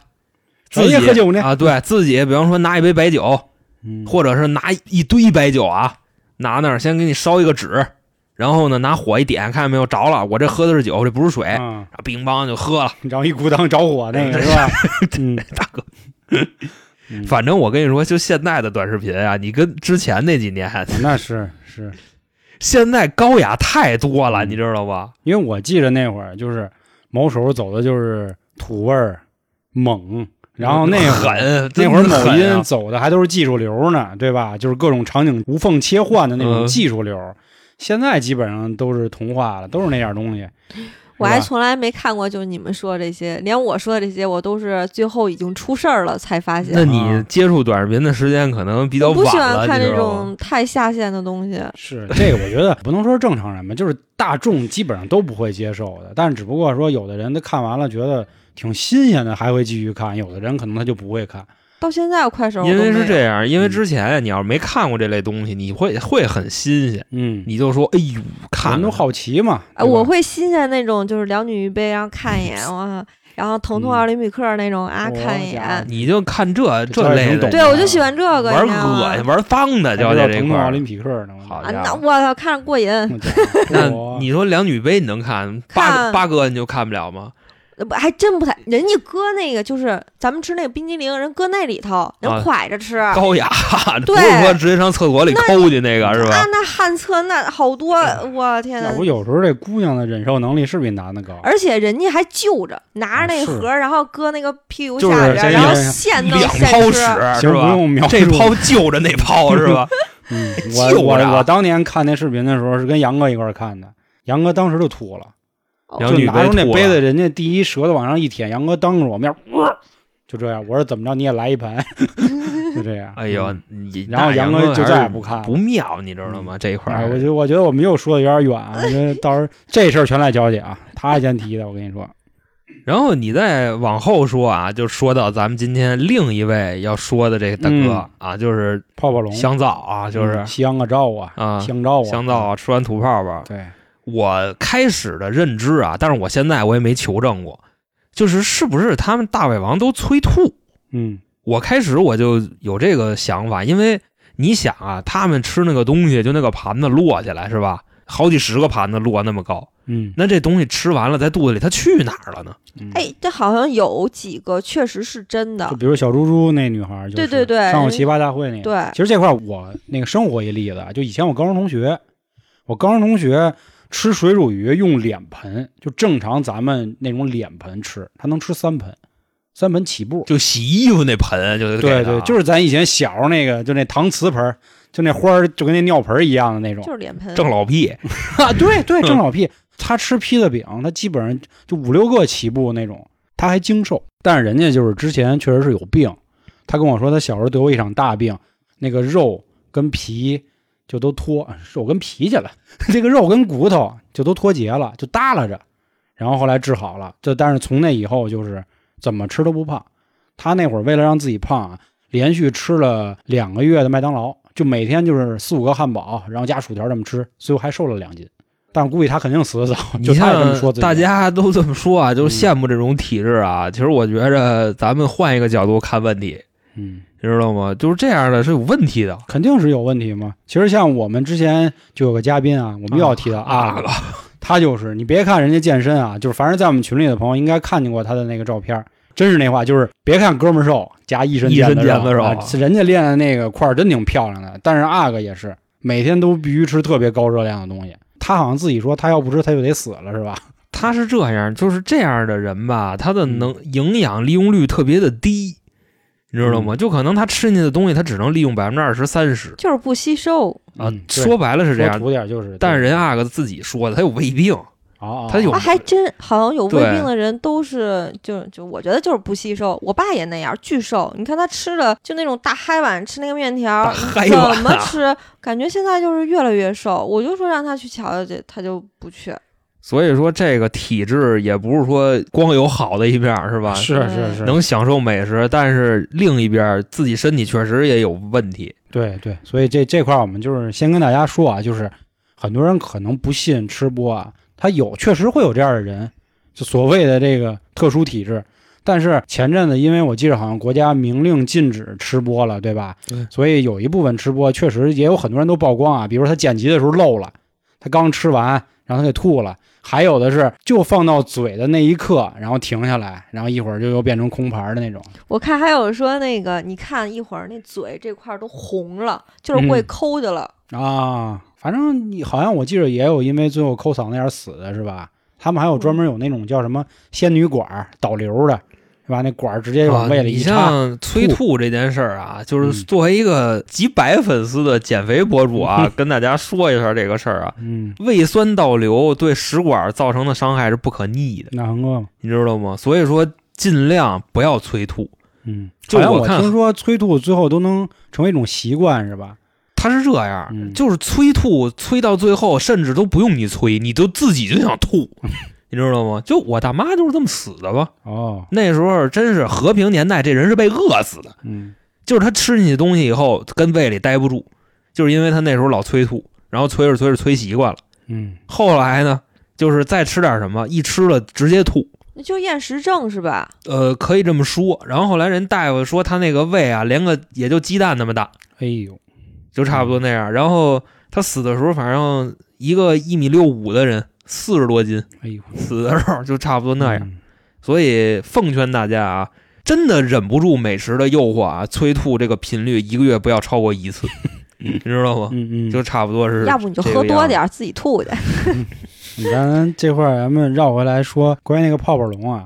S2: 自己
S1: 哎喝酒呢
S2: 啊，对自己，比方说拿一杯白酒，
S1: 嗯
S2: 或者是拿一堆白酒啊，拿那儿先给你烧一个纸，然后呢拿火一点，看见没有着了，我这喝的是酒，这不是水，然
S1: 啊，
S2: 后乒乓就喝了。
S1: 然后一鼓裆着火那个是 吧？嗯，
S2: 大哥，
S1: 嗯
S2: 反正我跟你说，就现在的短视频啊，你跟之前那几年，
S1: 那是是，
S2: 现在高雅太多了，
S1: 嗯
S2: 你知道吧？
S1: 因为我记着那会儿就是某手走的就是土味儿猛，然后那会儿。
S2: 狠，
S1: 那会儿
S2: 真
S1: 某
S2: 狠啊
S1: 音走的还都是技术流呢，对吧？就是各种场景无缝切换的那种
S2: 嗯
S1: 技术流，现在基本上都是同化了，都是那点东西。
S3: 我
S1: 是
S3: 还
S1: 吧
S3: 从来没看过，就是你们说这些，连我说的这些，我都是最后已经出事儿了才发
S2: 那
S3: 现。
S2: 你接触短视频的时间可能比较
S3: 我
S2: 晚了，
S3: 不喜欢看
S2: 你知
S3: 这
S2: 道吗
S3: 种太下线的东西。
S1: 是这个，我觉得不能说是正常人吧，就是大众基本上都不会接受的。但是只不过说，有的人他看完了觉得挺新鲜的，还会继续看；有的人可能他就不会看。
S3: 到现在快手我
S2: 因
S3: 都
S2: 为
S3: 没
S2: 是
S3: 有
S2: 这样，因
S1: 嗯
S2: 为之前你要是没看过这类东西，你会会很新鲜，
S1: 嗯，
S2: 你就说哎呦，看
S1: 人都
S2: 了
S1: 好奇嘛。对吧
S3: 哎，我会新鲜那种，就是两女一杯，然后看 一眼，哇，然后疼痛
S1: 嗯
S3: 奥林匹克那种啊，
S1: 我
S3: 看一
S1: 家
S3: 眼。
S2: 你就看这
S1: 这
S2: 这类
S1: 这
S2: 的
S1: 种，
S3: 对，我就喜欢这个，
S2: 玩
S3: 你知道吗
S2: 恶心玩脏的，
S1: 还
S2: 就
S1: 知道
S2: 在这
S1: 同
S2: 块
S1: 同奥
S2: 儿
S1: 林。匹克呢。
S2: 好
S3: 啊，
S2: 家伙
S3: 那
S2: 嗯
S3: 我操，看着过瘾，
S1: 我家伙
S2: 那
S1: 我
S2: 你说两女杯你能看？八
S3: 看
S2: 八哥你就看不了吗？
S3: 呃不还真不太，人家搁那个就是咱们吃那个冰激凌，人搁那里头，人
S2: 啊
S3: 蒯着吃。
S2: 高雅，不
S3: 对
S2: 是说直接上厕所里抠去那个是
S3: 啊
S2: 吧？，嗯
S3: 那旱厕那好多，我天呐
S1: 要！不有时候这姑娘的忍受能力是比男的高。
S3: 而且人家还就着，拿着那
S1: 啊是
S3: 盒儿，然后搁那个屁股
S1: 就
S3: 下
S1: 是
S3: 边
S1: 这
S3: 儿，然后
S1: 样
S3: 现弄
S2: 两
S3: 现
S2: 泡
S3: 吃。
S2: 屎
S1: 行，
S2: 是
S1: 不
S2: 吧？
S1: 用描述
S2: 这泡就着那泡 是吧？
S1: 嗯，
S2: 就
S1: 我
S2: 着啊
S1: 我我当年看那视频的时候是跟杨哥一块儿看的，杨哥当时就吐了，
S3: 哦
S2: 两
S1: 就
S2: 女
S1: 拿
S2: 杯
S1: 出那
S2: 吐
S1: 杯
S2: 了
S1: 子，人家第一舌头往上一舔，杨哥当着我面，呃就这样。我说怎么着你也来一 盘，就这样。
S2: 哎呦
S1: 嗯，，
S2: 你
S1: 然后
S2: 那
S1: 杨
S2: 杨
S1: 哥就
S2: 还是
S1: 再也不看了
S2: 不妙，你知道吗？这一块
S1: 哎，
S2: 儿
S1: 我觉得我觉得啊我们又说的有点远啊，我觉得到时候这事儿全赖娇姐啊，她先提的，我跟你说，
S2: 然后你再往后说啊，就说到咱们今天另一位要说的这个大哥
S1: 嗯
S2: 啊，就是
S1: 泡泡龙
S2: 香皂啊，就是
S1: 嗯香啊照啊
S2: 啊
S1: 香皂啊嗯
S2: 香皂啊，吃完吐泡泡。
S1: 对，
S2: 我开始的认知啊，但是我现在我也没求证过，就是是不是他们大胃王都催吐？
S1: 嗯
S2: 我开始我就有这个想法，因为你想啊，他们吃那个东西，就那个盘子摞起来是吧？好几十个盘子摞那么高，
S1: 嗯，
S2: 那这东西吃完了在肚子里，它去哪儿了呢？
S1: 嗯，
S3: 哎，这好像有几个确实是真的
S1: 就，比如小猪猪那女孩儿，就是
S3: 对对对
S1: 上过奇葩大会那个，
S3: 对
S1: 其实这块儿我那个生活一例子啊，就以前我高中同学，我高中同学吃水煮鱼用脸盆，就正常咱们那种脸盆吃，他能吃三盆，三盆起步。
S2: 就洗衣服那盆，就
S1: 对对，就是是咱以前小时候那个，就那搪瓷盆儿，就那花儿就跟那尿盆儿一样的那种
S3: 就。是脸盆。
S2: 挣老屁，
S1: 啊，对对，郑老屁，他吃披萨饼，他基本上就五六个起步那种，他还精瘦，但是人家就是之前确实是有病，他跟我说他小时候得过一场大病，那个肉跟皮就都脱，肉跟皮去了， 这个肉跟骨头就都脱节了，就耷拉着，然后后来治好了，就但是从那以后就是怎么吃都不胖，他那会儿为了让自己胖啊，连续吃了两个月的麦当劳。就每天就是四五个汉堡，然后加薯条这么吃，最后还瘦了两斤。但是估计他肯定死得早，
S2: 你
S1: 就他也这么
S2: 像
S1: 说自己。
S2: 大家都这么说啊，就
S1: 嗯
S2: 羡慕这种体质啊。其实我觉着咱们换一个角度看问题，
S1: 嗯，
S2: 你知道吗？就是这样的是有问题的。
S1: 肯定是有问题嘛。其实像我们之前就有个嘉宾啊，我们又要提到阿
S2: 啊
S1: 哥，他就是你别看人家健身啊，就是凡是在我们群里的朋友应该看见过他的那个照片儿。真是那话，就是别看哥们儿瘦加一身
S2: 一身
S1: 腱
S2: 腱子
S1: 子
S2: 肉
S1: 啊人家练的那个块儿真挺漂亮的。但是阿哥也是每天都必须吃特别高热量的东西。他好像自己说，他要不吃他就得死了，是吧？
S2: 他是这样，就是这样的人吧，他的
S1: 嗯
S2: 能营养利用率特别的低，你知道
S1: 嗯
S2: 吗？就可能他吃进去的东西，他只能利用百分之二十、三十
S3: 就是不吸收
S2: 啊
S1: 嗯。对
S2: 说白了是这样
S1: 说，土点儿就是，
S2: 但是人阿哥自己说的，他有胃病，
S1: 啊，
S2: 他有
S3: 啊，还真好像有胃
S2: 对
S3: 病的人都是，就就我觉得就是不吸收。我爸也那样，巨瘦。你看他吃的就那种大嗨碗，吃那个面条
S2: 大
S3: 儿，
S2: 嗨
S3: 怎
S2: 碗
S3: 么
S2: 啊
S3: 吃？感觉现在就是越来越瘦。我就说让他去瞧瞧去，他就不去。
S2: 所以说这个体质也不是说光有好的一面儿，是吧？
S1: 是是是，
S2: 啊能享受美食，但是另一边儿自己身体确实也有问题。
S1: 对对，所以这这块儿我们就是先跟大家说啊，就是很多人可能不信吃播啊，他有确实会有这样的人，就所谓的这个特殊体质。但是前阵子，因为我记得好像国家明令禁止吃播了，对吧？
S2: 对
S1: 所以有一部分吃播确实也有很多人都曝光啊，比如他剪辑的时候漏了，他刚吃完，然后他给吐了；还有的是就放到嘴的那一刻，然后停下来，然后一会儿就又变成空盘儿的那种。
S3: 我看还有说那个，你看一会儿那嘴这块儿都红了，就是会
S1: 嗯
S3: 抠的了。
S1: 啊，反正你好像我记着也有因为最后抠嗓子眼儿死的是吧？他们还有专门有那种叫什么仙女管儿导流的，是吧？那管儿直接往胃
S2: 啊
S1: 里
S2: 你
S1: 一插，
S2: 像催吐这件事儿啊，就是
S1: 嗯
S2: 作为一个几百粉丝的减肥博主 啊，跟大家说一下这个事儿啊。
S1: 嗯，
S2: 胃酸倒流对食管造成的伤害是不可逆的，
S1: 那很饿嘛，
S2: 你知道吗？所以说尽量不要催吐。
S1: 嗯，
S2: 就
S1: 好像
S2: 我
S1: 我
S2: 看
S1: 听说催吐最后都能成为一种习惯，是吧？
S2: 它是这样，
S1: 嗯
S2: 就是催吐，催到最后甚至都不用你催，你都自己就想吐，你知道吗？就我大妈就是这么死的吧。
S1: 哦，
S2: 那时候真是和平年代，这人是被饿死的，
S1: 嗯，
S2: 就是他吃进去东西以后跟胃里待不住，就是因为他那时候老催吐，然后催着催着催习惯了。
S1: 嗯，
S2: 后来呢，就是再吃点什么，一吃了直接吐，
S3: 那就厌食症是吧？
S2: 呃，可以这么说。然后后来人大夫说他那个胃啊，连个也就鸡蛋那么大，
S1: 哎呦，
S2: 就差不多那样。然后他死的时候，反正一个一米六五的人，四十多斤，
S1: 哎呦，
S2: 死的时候就差不多那样。
S1: 嗯
S2: 所以奉劝大家啊，真的忍不住美食的诱惑啊，催吐这个频率一个月不要超过 一次，你知道吗？
S1: 嗯嗯，
S2: 就差不多是这个样子。
S3: 要不你就喝多点儿，自己吐去。
S1: 你咱这块儿咱们绕回来说，关于那个泡泡龙啊，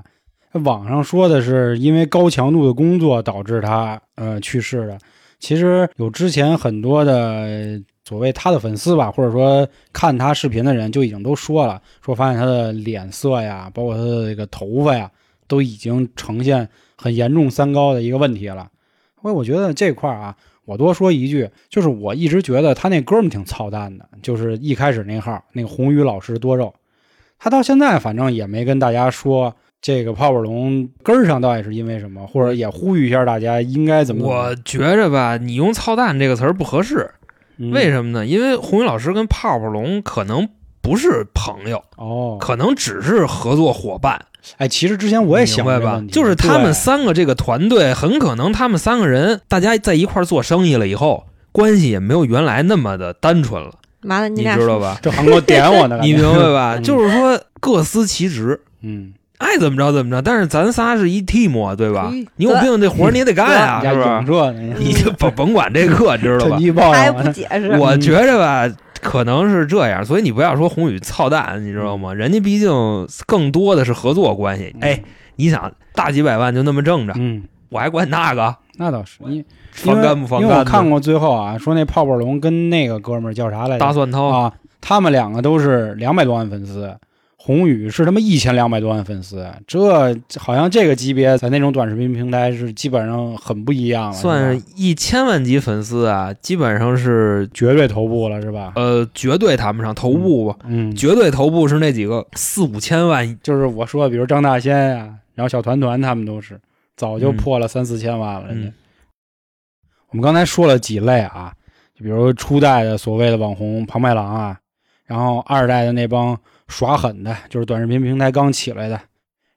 S1: 网上说的是因为高强度的工作导致他呃去世的。其实有之前很多的呃所谓他的粉丝吧，或者说看他视频的人就已经都说了，说发现他的脸色呀，包括他的这个头发呀，都已经呈现很严重三高的一个问题了。所以我觉得这块儿啊，我多说一句，就是我一直觉得他那哥们儿挺操蛋的，就是一开始那号那个红宇老师多肉，他到现在反正也没跟大家说这个泡泡龙根儿上倒也是因为什么，或者也呼吁一下大家应该怎么怎么
S2: 我觉着吧，你用“操蛋”这个词儿不合适，
S1: 嗯
S2: 为什么呢？因为红云老师跟泡泡龙可能不是朋友，
S1: 哦，
S2: 可能只是合作伙伴。
S1: 哎，其实之前我也想过
S2: 明
S1: 这个
S2: 白吧
S1: 问？题
S2: 就是他
S1: 对
S2: 们三个这个团队，很可能他们三个人大家在一块儿做生意了以后，关系也没有原来那么的单纯了，
S3: 完了，你
S2: 你
S3: 俩
S2: 知
S3: 是
S2: 道吧？
S1: 这韩国点 我呢，感觉
S2: 你明 白吧？
S1: 嗯
S2: 就是说各司其职，
S1: 嗯，
S2: 爱怎么着怎么着，但是咱仨是一 team 啊，对吧
S3: 嗯？
S2: 你有病这活儿你也得干啊，
S1: 你家
S2: 是
S1: 影
S2: 吧？
S1: 射呢，
S2: 你就甭甭管这个，知道吧
S1: 趁？机报
S3: 还
S1: 上
S3: 不
S1: 完
S3: 解释，
S2: 我觉着吧，可能是这样，所以你不要说宏宇操蛋，你知道吗？人家毕竟更多的是合作关系。哎，，你想大几百万就那么挣着，
S1: 嗯，
S2: 我还管那个
S1: 那倒是，你因
S2: 防
S1: 为
S2: 干不防
S1: 因为我
S2: 干
S1: 看
S2: 的？
S1: 过最后啊，说那泡泡龙跟那个哥们儿叫啥来着？
S2: 大蒜涛，
S1: 啊，他们两个都是两百多万粉丝，宏宇是他妈一千两百多万粉丝，这好像这个级别在那种短视频平台是基本上很不一样了，是
S2: 算
S1: 吧
S2: 一千万级粉丝啊，基本上是
S1: 绝对头部了，是吧？
S2: 呃绝对谈不上头部吧。
S1: 嗯，
S2: 绝对头部是那几个四五千万，
S1: 就是我说，比如张大仙呀、然后小团团他们都是早就
S2: 嗯
S1: 破了三四千万了，人家。
S2: 嗯
S1: 我们刚才说了几类啊，就比如初代的所谓的网红庞麦郎啊，然后二代的那帮耍狠的，就是短视频平台刚起来的，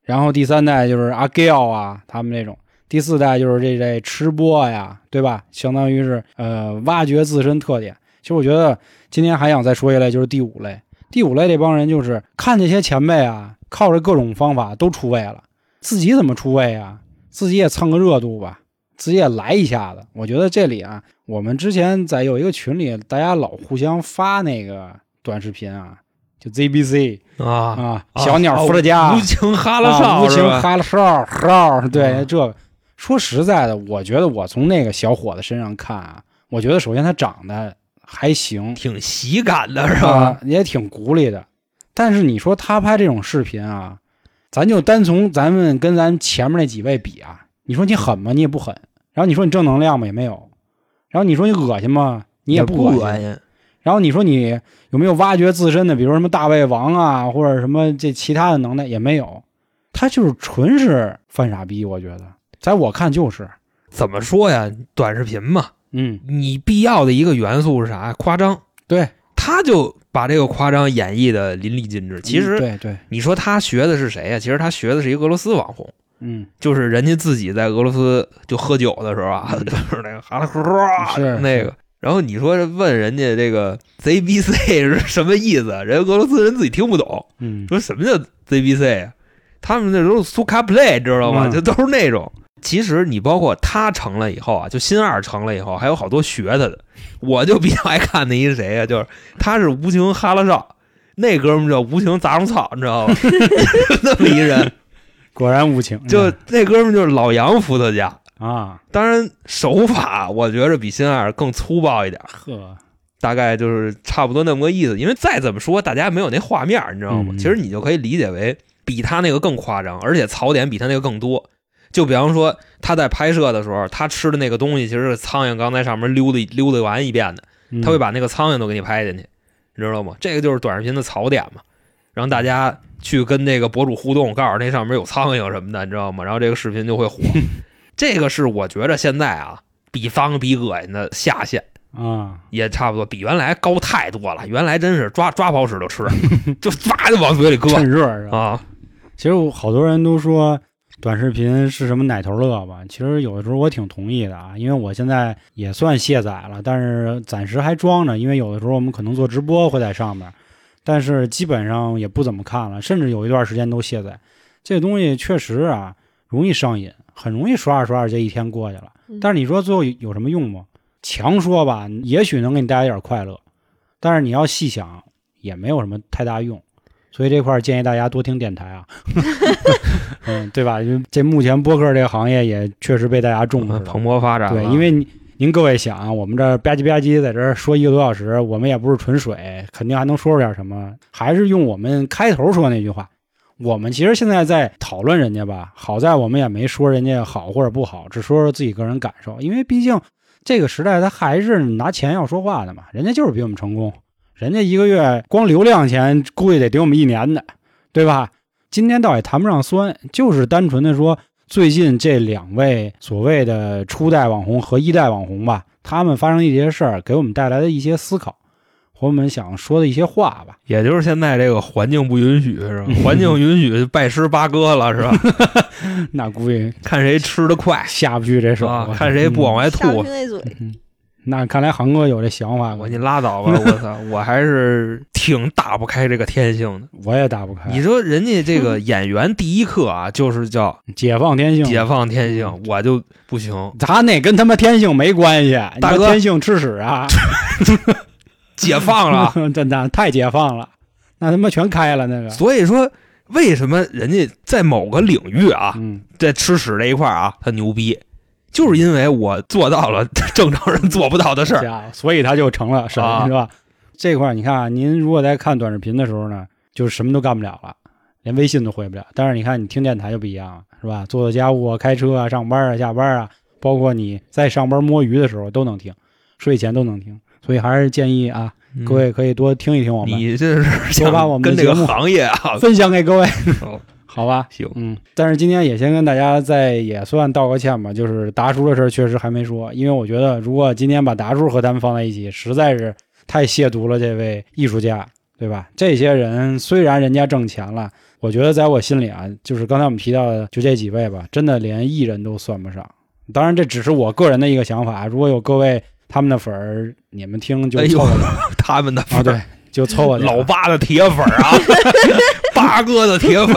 S1: 然后第三代就是阿 g a l 啊，他们那种。第四代就是这这吃播呀，对吧？相当于是呃挖掘自身特点。其实我觉得今天还想再说一类，就是第五类。第五类这帮人就是看这些前辈啊，靠着各种方法都出位了，自己怎么出位啊？自己也蹭个热度吧，自己也来一下子。我觉得这里啊，我们之前在有一个群里，大家老互相发那个短视频啊，就 ZBC
S2: 啊，
S1: 啊，小鸟伏特加、
S2: 啊无情哈拉
S1: 啊
S2: 少
S1: 无
S2: 是
S1: 情
S2: 吧？
S1: 哈拉哨哨，对
S2: 嗯
S1: 这个。说实在的，我觉得我从那个小伙子身上看啊，我觉得首先他长得还行，
S2: 挺喜感的是吧
S1: 啊？，也挺鼓励的。但是你说他拍这种视频啊，咱就单从咱们跟咱前面那几位比啊，你说你狠吗？你也不狠。然后你说你正能量吗？也没有。然后你说你恶心吗？你也
S2: 不
S1: 恶
S2: 恶心，
S1: 然后你说你有没有挖掘自身的，比如什么大胃王啊，或者什么这其他的能耐也没有，他就是纯是犯傻逼，我觉得，在我看就是，
S2: 怎么说呀？短视频嘛，
S1: 嗯，
S2: 你必要的一个元素是啥？夸张。
S1: 对，
S2: 他就把这个夸张演绎的淋漓尽致。其
S1: 嗯
S2: 实
S1: 对对，
S2: 你说他学的是谁呀、其实他学的是一个俄罗斯网红，
S1: 嗯，
S2: 就是人家自己在俄罗斯就喝酒的时候啊， 就是那个哈啦呼啦
S1: 嗯是
S2: 那个。然后你说问人家这个 ZBC 是什么意思？啊人俄罗斯人自己听不懂，
S1: 嗯，
S2: 说什么叫 ZBC 呀、他们那都是苏卡 play，知道吗？
S1: 嗯
S2: 就都是那种。其实你包括他成了以后啊，就新二成了以后，还有好多学他的。我就比较爱看那一谁啊，就是他是无情哈拉少，那哥们儿叫无情杂种草，你知道吗？ 那么一人，
S1: 果然无情，
S2: 就
S1: 嗯
S2: 那哥们儿就是老杨伏特加。
S1: 啊，
S2: 当然手法我觉着比新二更粗暴一点，
S1: 呵，
S2: 大概就是差不多那么个意思。因为再怎么说，大家没有那画面儿，你知道吗？
S1: 嗯
S2: 其实你就可以理解为比他那个更夸张，而且槽点比他那个更多。就比方说他在拍摄的时候，他吃的那个东西其实是苍蝇刚在上面溜达溜达完一遍的，
S1: 嗯
S2: 他会把那个苍蝇都给你拍进去，你知道吗？这个就是短视频的槽点嘛，让大家去跟那个博主互动，告诉那上面有苍蝇什么的，你知道吗？然后这个视频就 会火。这个是我觉着现在啊，比方比恶心的下限。
S1: 啊，
S2: 也差不多，比原来高太多了。原来真是抓抓刨屎就吃， 就叭就往嘴里搁
S1: 趁热是吧？
S2: 啊。
S1: 其实我好多人都说短视频是什么奶头乐吧，其实有的时候我挺同意的啊，因为我现在也算卸载了，但是暂时还装着，因为有的时候我们可能做直播会在上面，但是基本上也不怎么看了，甚至有一段时间都卸载。这东西确实啊，容易上瘾，很容易刷着刷着这一天过去了。
S3: 嗯
S1: 但是你说最后有有什么用吗？强说吧，也许能给你带来点快乐，但是你要细想，也没有什么太大用。所以这块儿建议大家多听电台啊，嗯，对吧？就这目前播客这个行业也确实被大家重视了，
S2: 蓬勃发展了，
S1: 对，因为您您各位想啊，我们这儿吧唧吧唧在这儿说一个多小时，我们也不是纯水，肯定还能说出点什么。还是用我们开头说那句话，我们其实现在在讨论人家吧，好在我们也没说人家好或者不好，只说说自己个人感受，因为毕竟这个时代他还是拿钱要说话的嘛，人家就是比我们成功，人家一个月光流量钱估计得顶我们一年的，对吧？今天倒也谈不上酸，就是单纯的说，最近这两位所谓的初代网红和一代网红吧，他们发生一些事儿，给我们带来的一些思考，和我们想说的一些话吧。
S2: 也就是现在这个环境不允许是吧？环境允许拜师八哥了是吧？
S1: 那估计
S2: 看谁吃的快
S1: 下不去这手，
S2: 啊，看谁不往外
S3: 下
S2: 吐
S3: 不
S2: 啊
S3: 去。那嘴，
S1: 嗯那看来航哥有这想法，
S2: 我
S1: 我
S2: 你拉倒吧！我操，我还是挺打不开这个天性的。
S1: 我也打不开。
S2: 你说人家这个演员第一课啊，就是叫
S1: 解放天性，
S2: 解放天性，我就不行。
S1: 他那跟他妈天性没关系，你
S2: 大
S1: 说
S2: 哥
S1: 天性吃屎 啊！
S2: 解放了。啊
S1: 真的太解放了，那他妈全开了那个。
S2: 所以说，为什么人家在某个领域啊，
S1: 嗯，
S2: 在吃屎这一块儿啊，他牛逼，就是因为我做到了 正常人做不到的事儿。
S1: 家伙，所以他就成了神，
S2: 啊
S1: 是吧？这块儿你看啊，您如果在看短视频的时候呢，就是什么都干不了了，连微信都回不了。但是你看，你听电台就不一样了，是吧？做做家务啊，开车啊，上班啊，下班啊，包括你在上班摸鱼的时候都能听，睡前都能听。所以还是建议啊，
S2: 嗯
S1: 各位，可以多听一听我们，
S2: 你这是
S1: 多把我们
S2: 想跟
S1: 的
S2: 这
S1: 节
S2: 个
S1: 目
S2: 行业啊，
S1: 分享给各位，
S2: 哦
S1: 好吧？
S2: 行，
S1: 嗯，但是今天也先跟大家再也算道个歉吧，就是达叔的事儿确实还没说，因为我觉得如果今天把达叔和他们放在一起，实在是太亵渎了这位艺术家，对吧？这些人虽然人家挣钱了，我觉得在我心里啊，就是刚才我们提到的就这几位吧，真的连艺人都算不上。当然，这只是我个人的一个想法，如果有各位他们的粉儿，你们听就
S2: 哎呦
S1: 凑合点、
S2: 他们的粉
S1: 啊，
S2: 儿
S1: 对，就凑合点
S2: 哎老八的铁粉儿啊， 八哥的铁粉，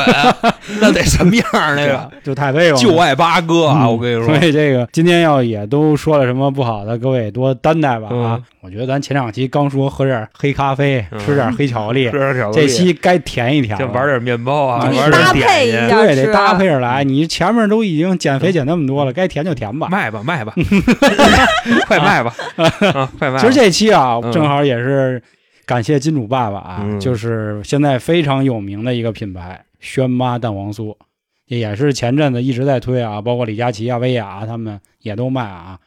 S2: 那得什么样儿那个？
S1: 就太威风了，
S2: 就爱八哥 啊！
S1: 嗯
S2: 我跟你
S1: 所
S2: 说，
S1: 以这个今天要也都说了什么不好的，各位也多担待吧啊！
S2: 嗯
S1: 我觉得咱前两期刚说喝点黑咖啡，
S2: 嗯
S1: 吃点黑巧克力，
S2: 这是
S1: 这期该甜一甜
S2: 就
S1: 了，
S2: 玩点面包啊，
S1: 你
S2: 玩
S1: 搭
S2: 点
S3: 配一
S2: 点心
S3: 下，
S1: 对，
S3: 要吃
S1: 得
S3: 啊
S1: 搭配着来。你前面都已经减肥减那么
S2: 嗯
S1: 多了，该甜就甜吧。
S2: 卖吧 卖吧，快卖吧啊，快卖吧！
S1: 其实这期啊，
S2: 嗯
S1: 正好也是感谢金主爸爸啊，
S2: 嗯
S1: 就是现在非常有名的一个品牌——轩妈蛋黄酥，也是前阵子一直在推啊，包括李佳琦啊、薇娅啊他们也都卖啊。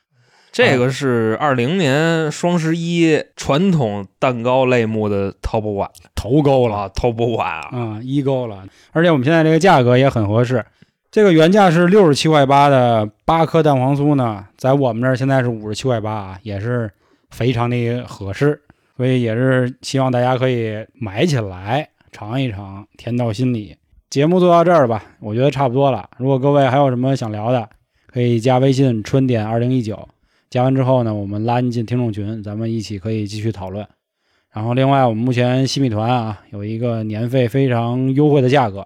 S2: 这个是二零年双十一传统蛋糕类目的 top one
S1: 头高了，
S2: 啊，top one 啊，
S1: 啊、一勾了。而且我们现在这个价格也很合适，这个原价是六十七块八的八颗蛋黄酥呢，在我们这儿现在是五十七块八啊，也是非常的合适，所以也是希望大家可以买起来尝一尝，甜到心里。节目做到这儿吧，我觉得差不多了。如果各位还有什么想聊的，可以加微信春点二零一九，加完之后呢，我们拉您进听众群，咱们一起可以继续讨论。然后，另外我们目前新米团啊有一个年费非常优惠的价格，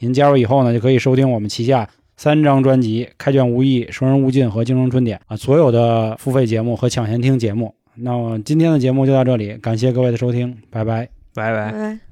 S1: 您加入以后呢，就可以收听我们旗下三张专辑《开卷无益》《生人勿近》和《京城春点》啊，所有的付费节目和抢先听节目。那么今天的节目就到这里，感谢各位的收听，拜拜。
S2: 拜拜。
S3: 对。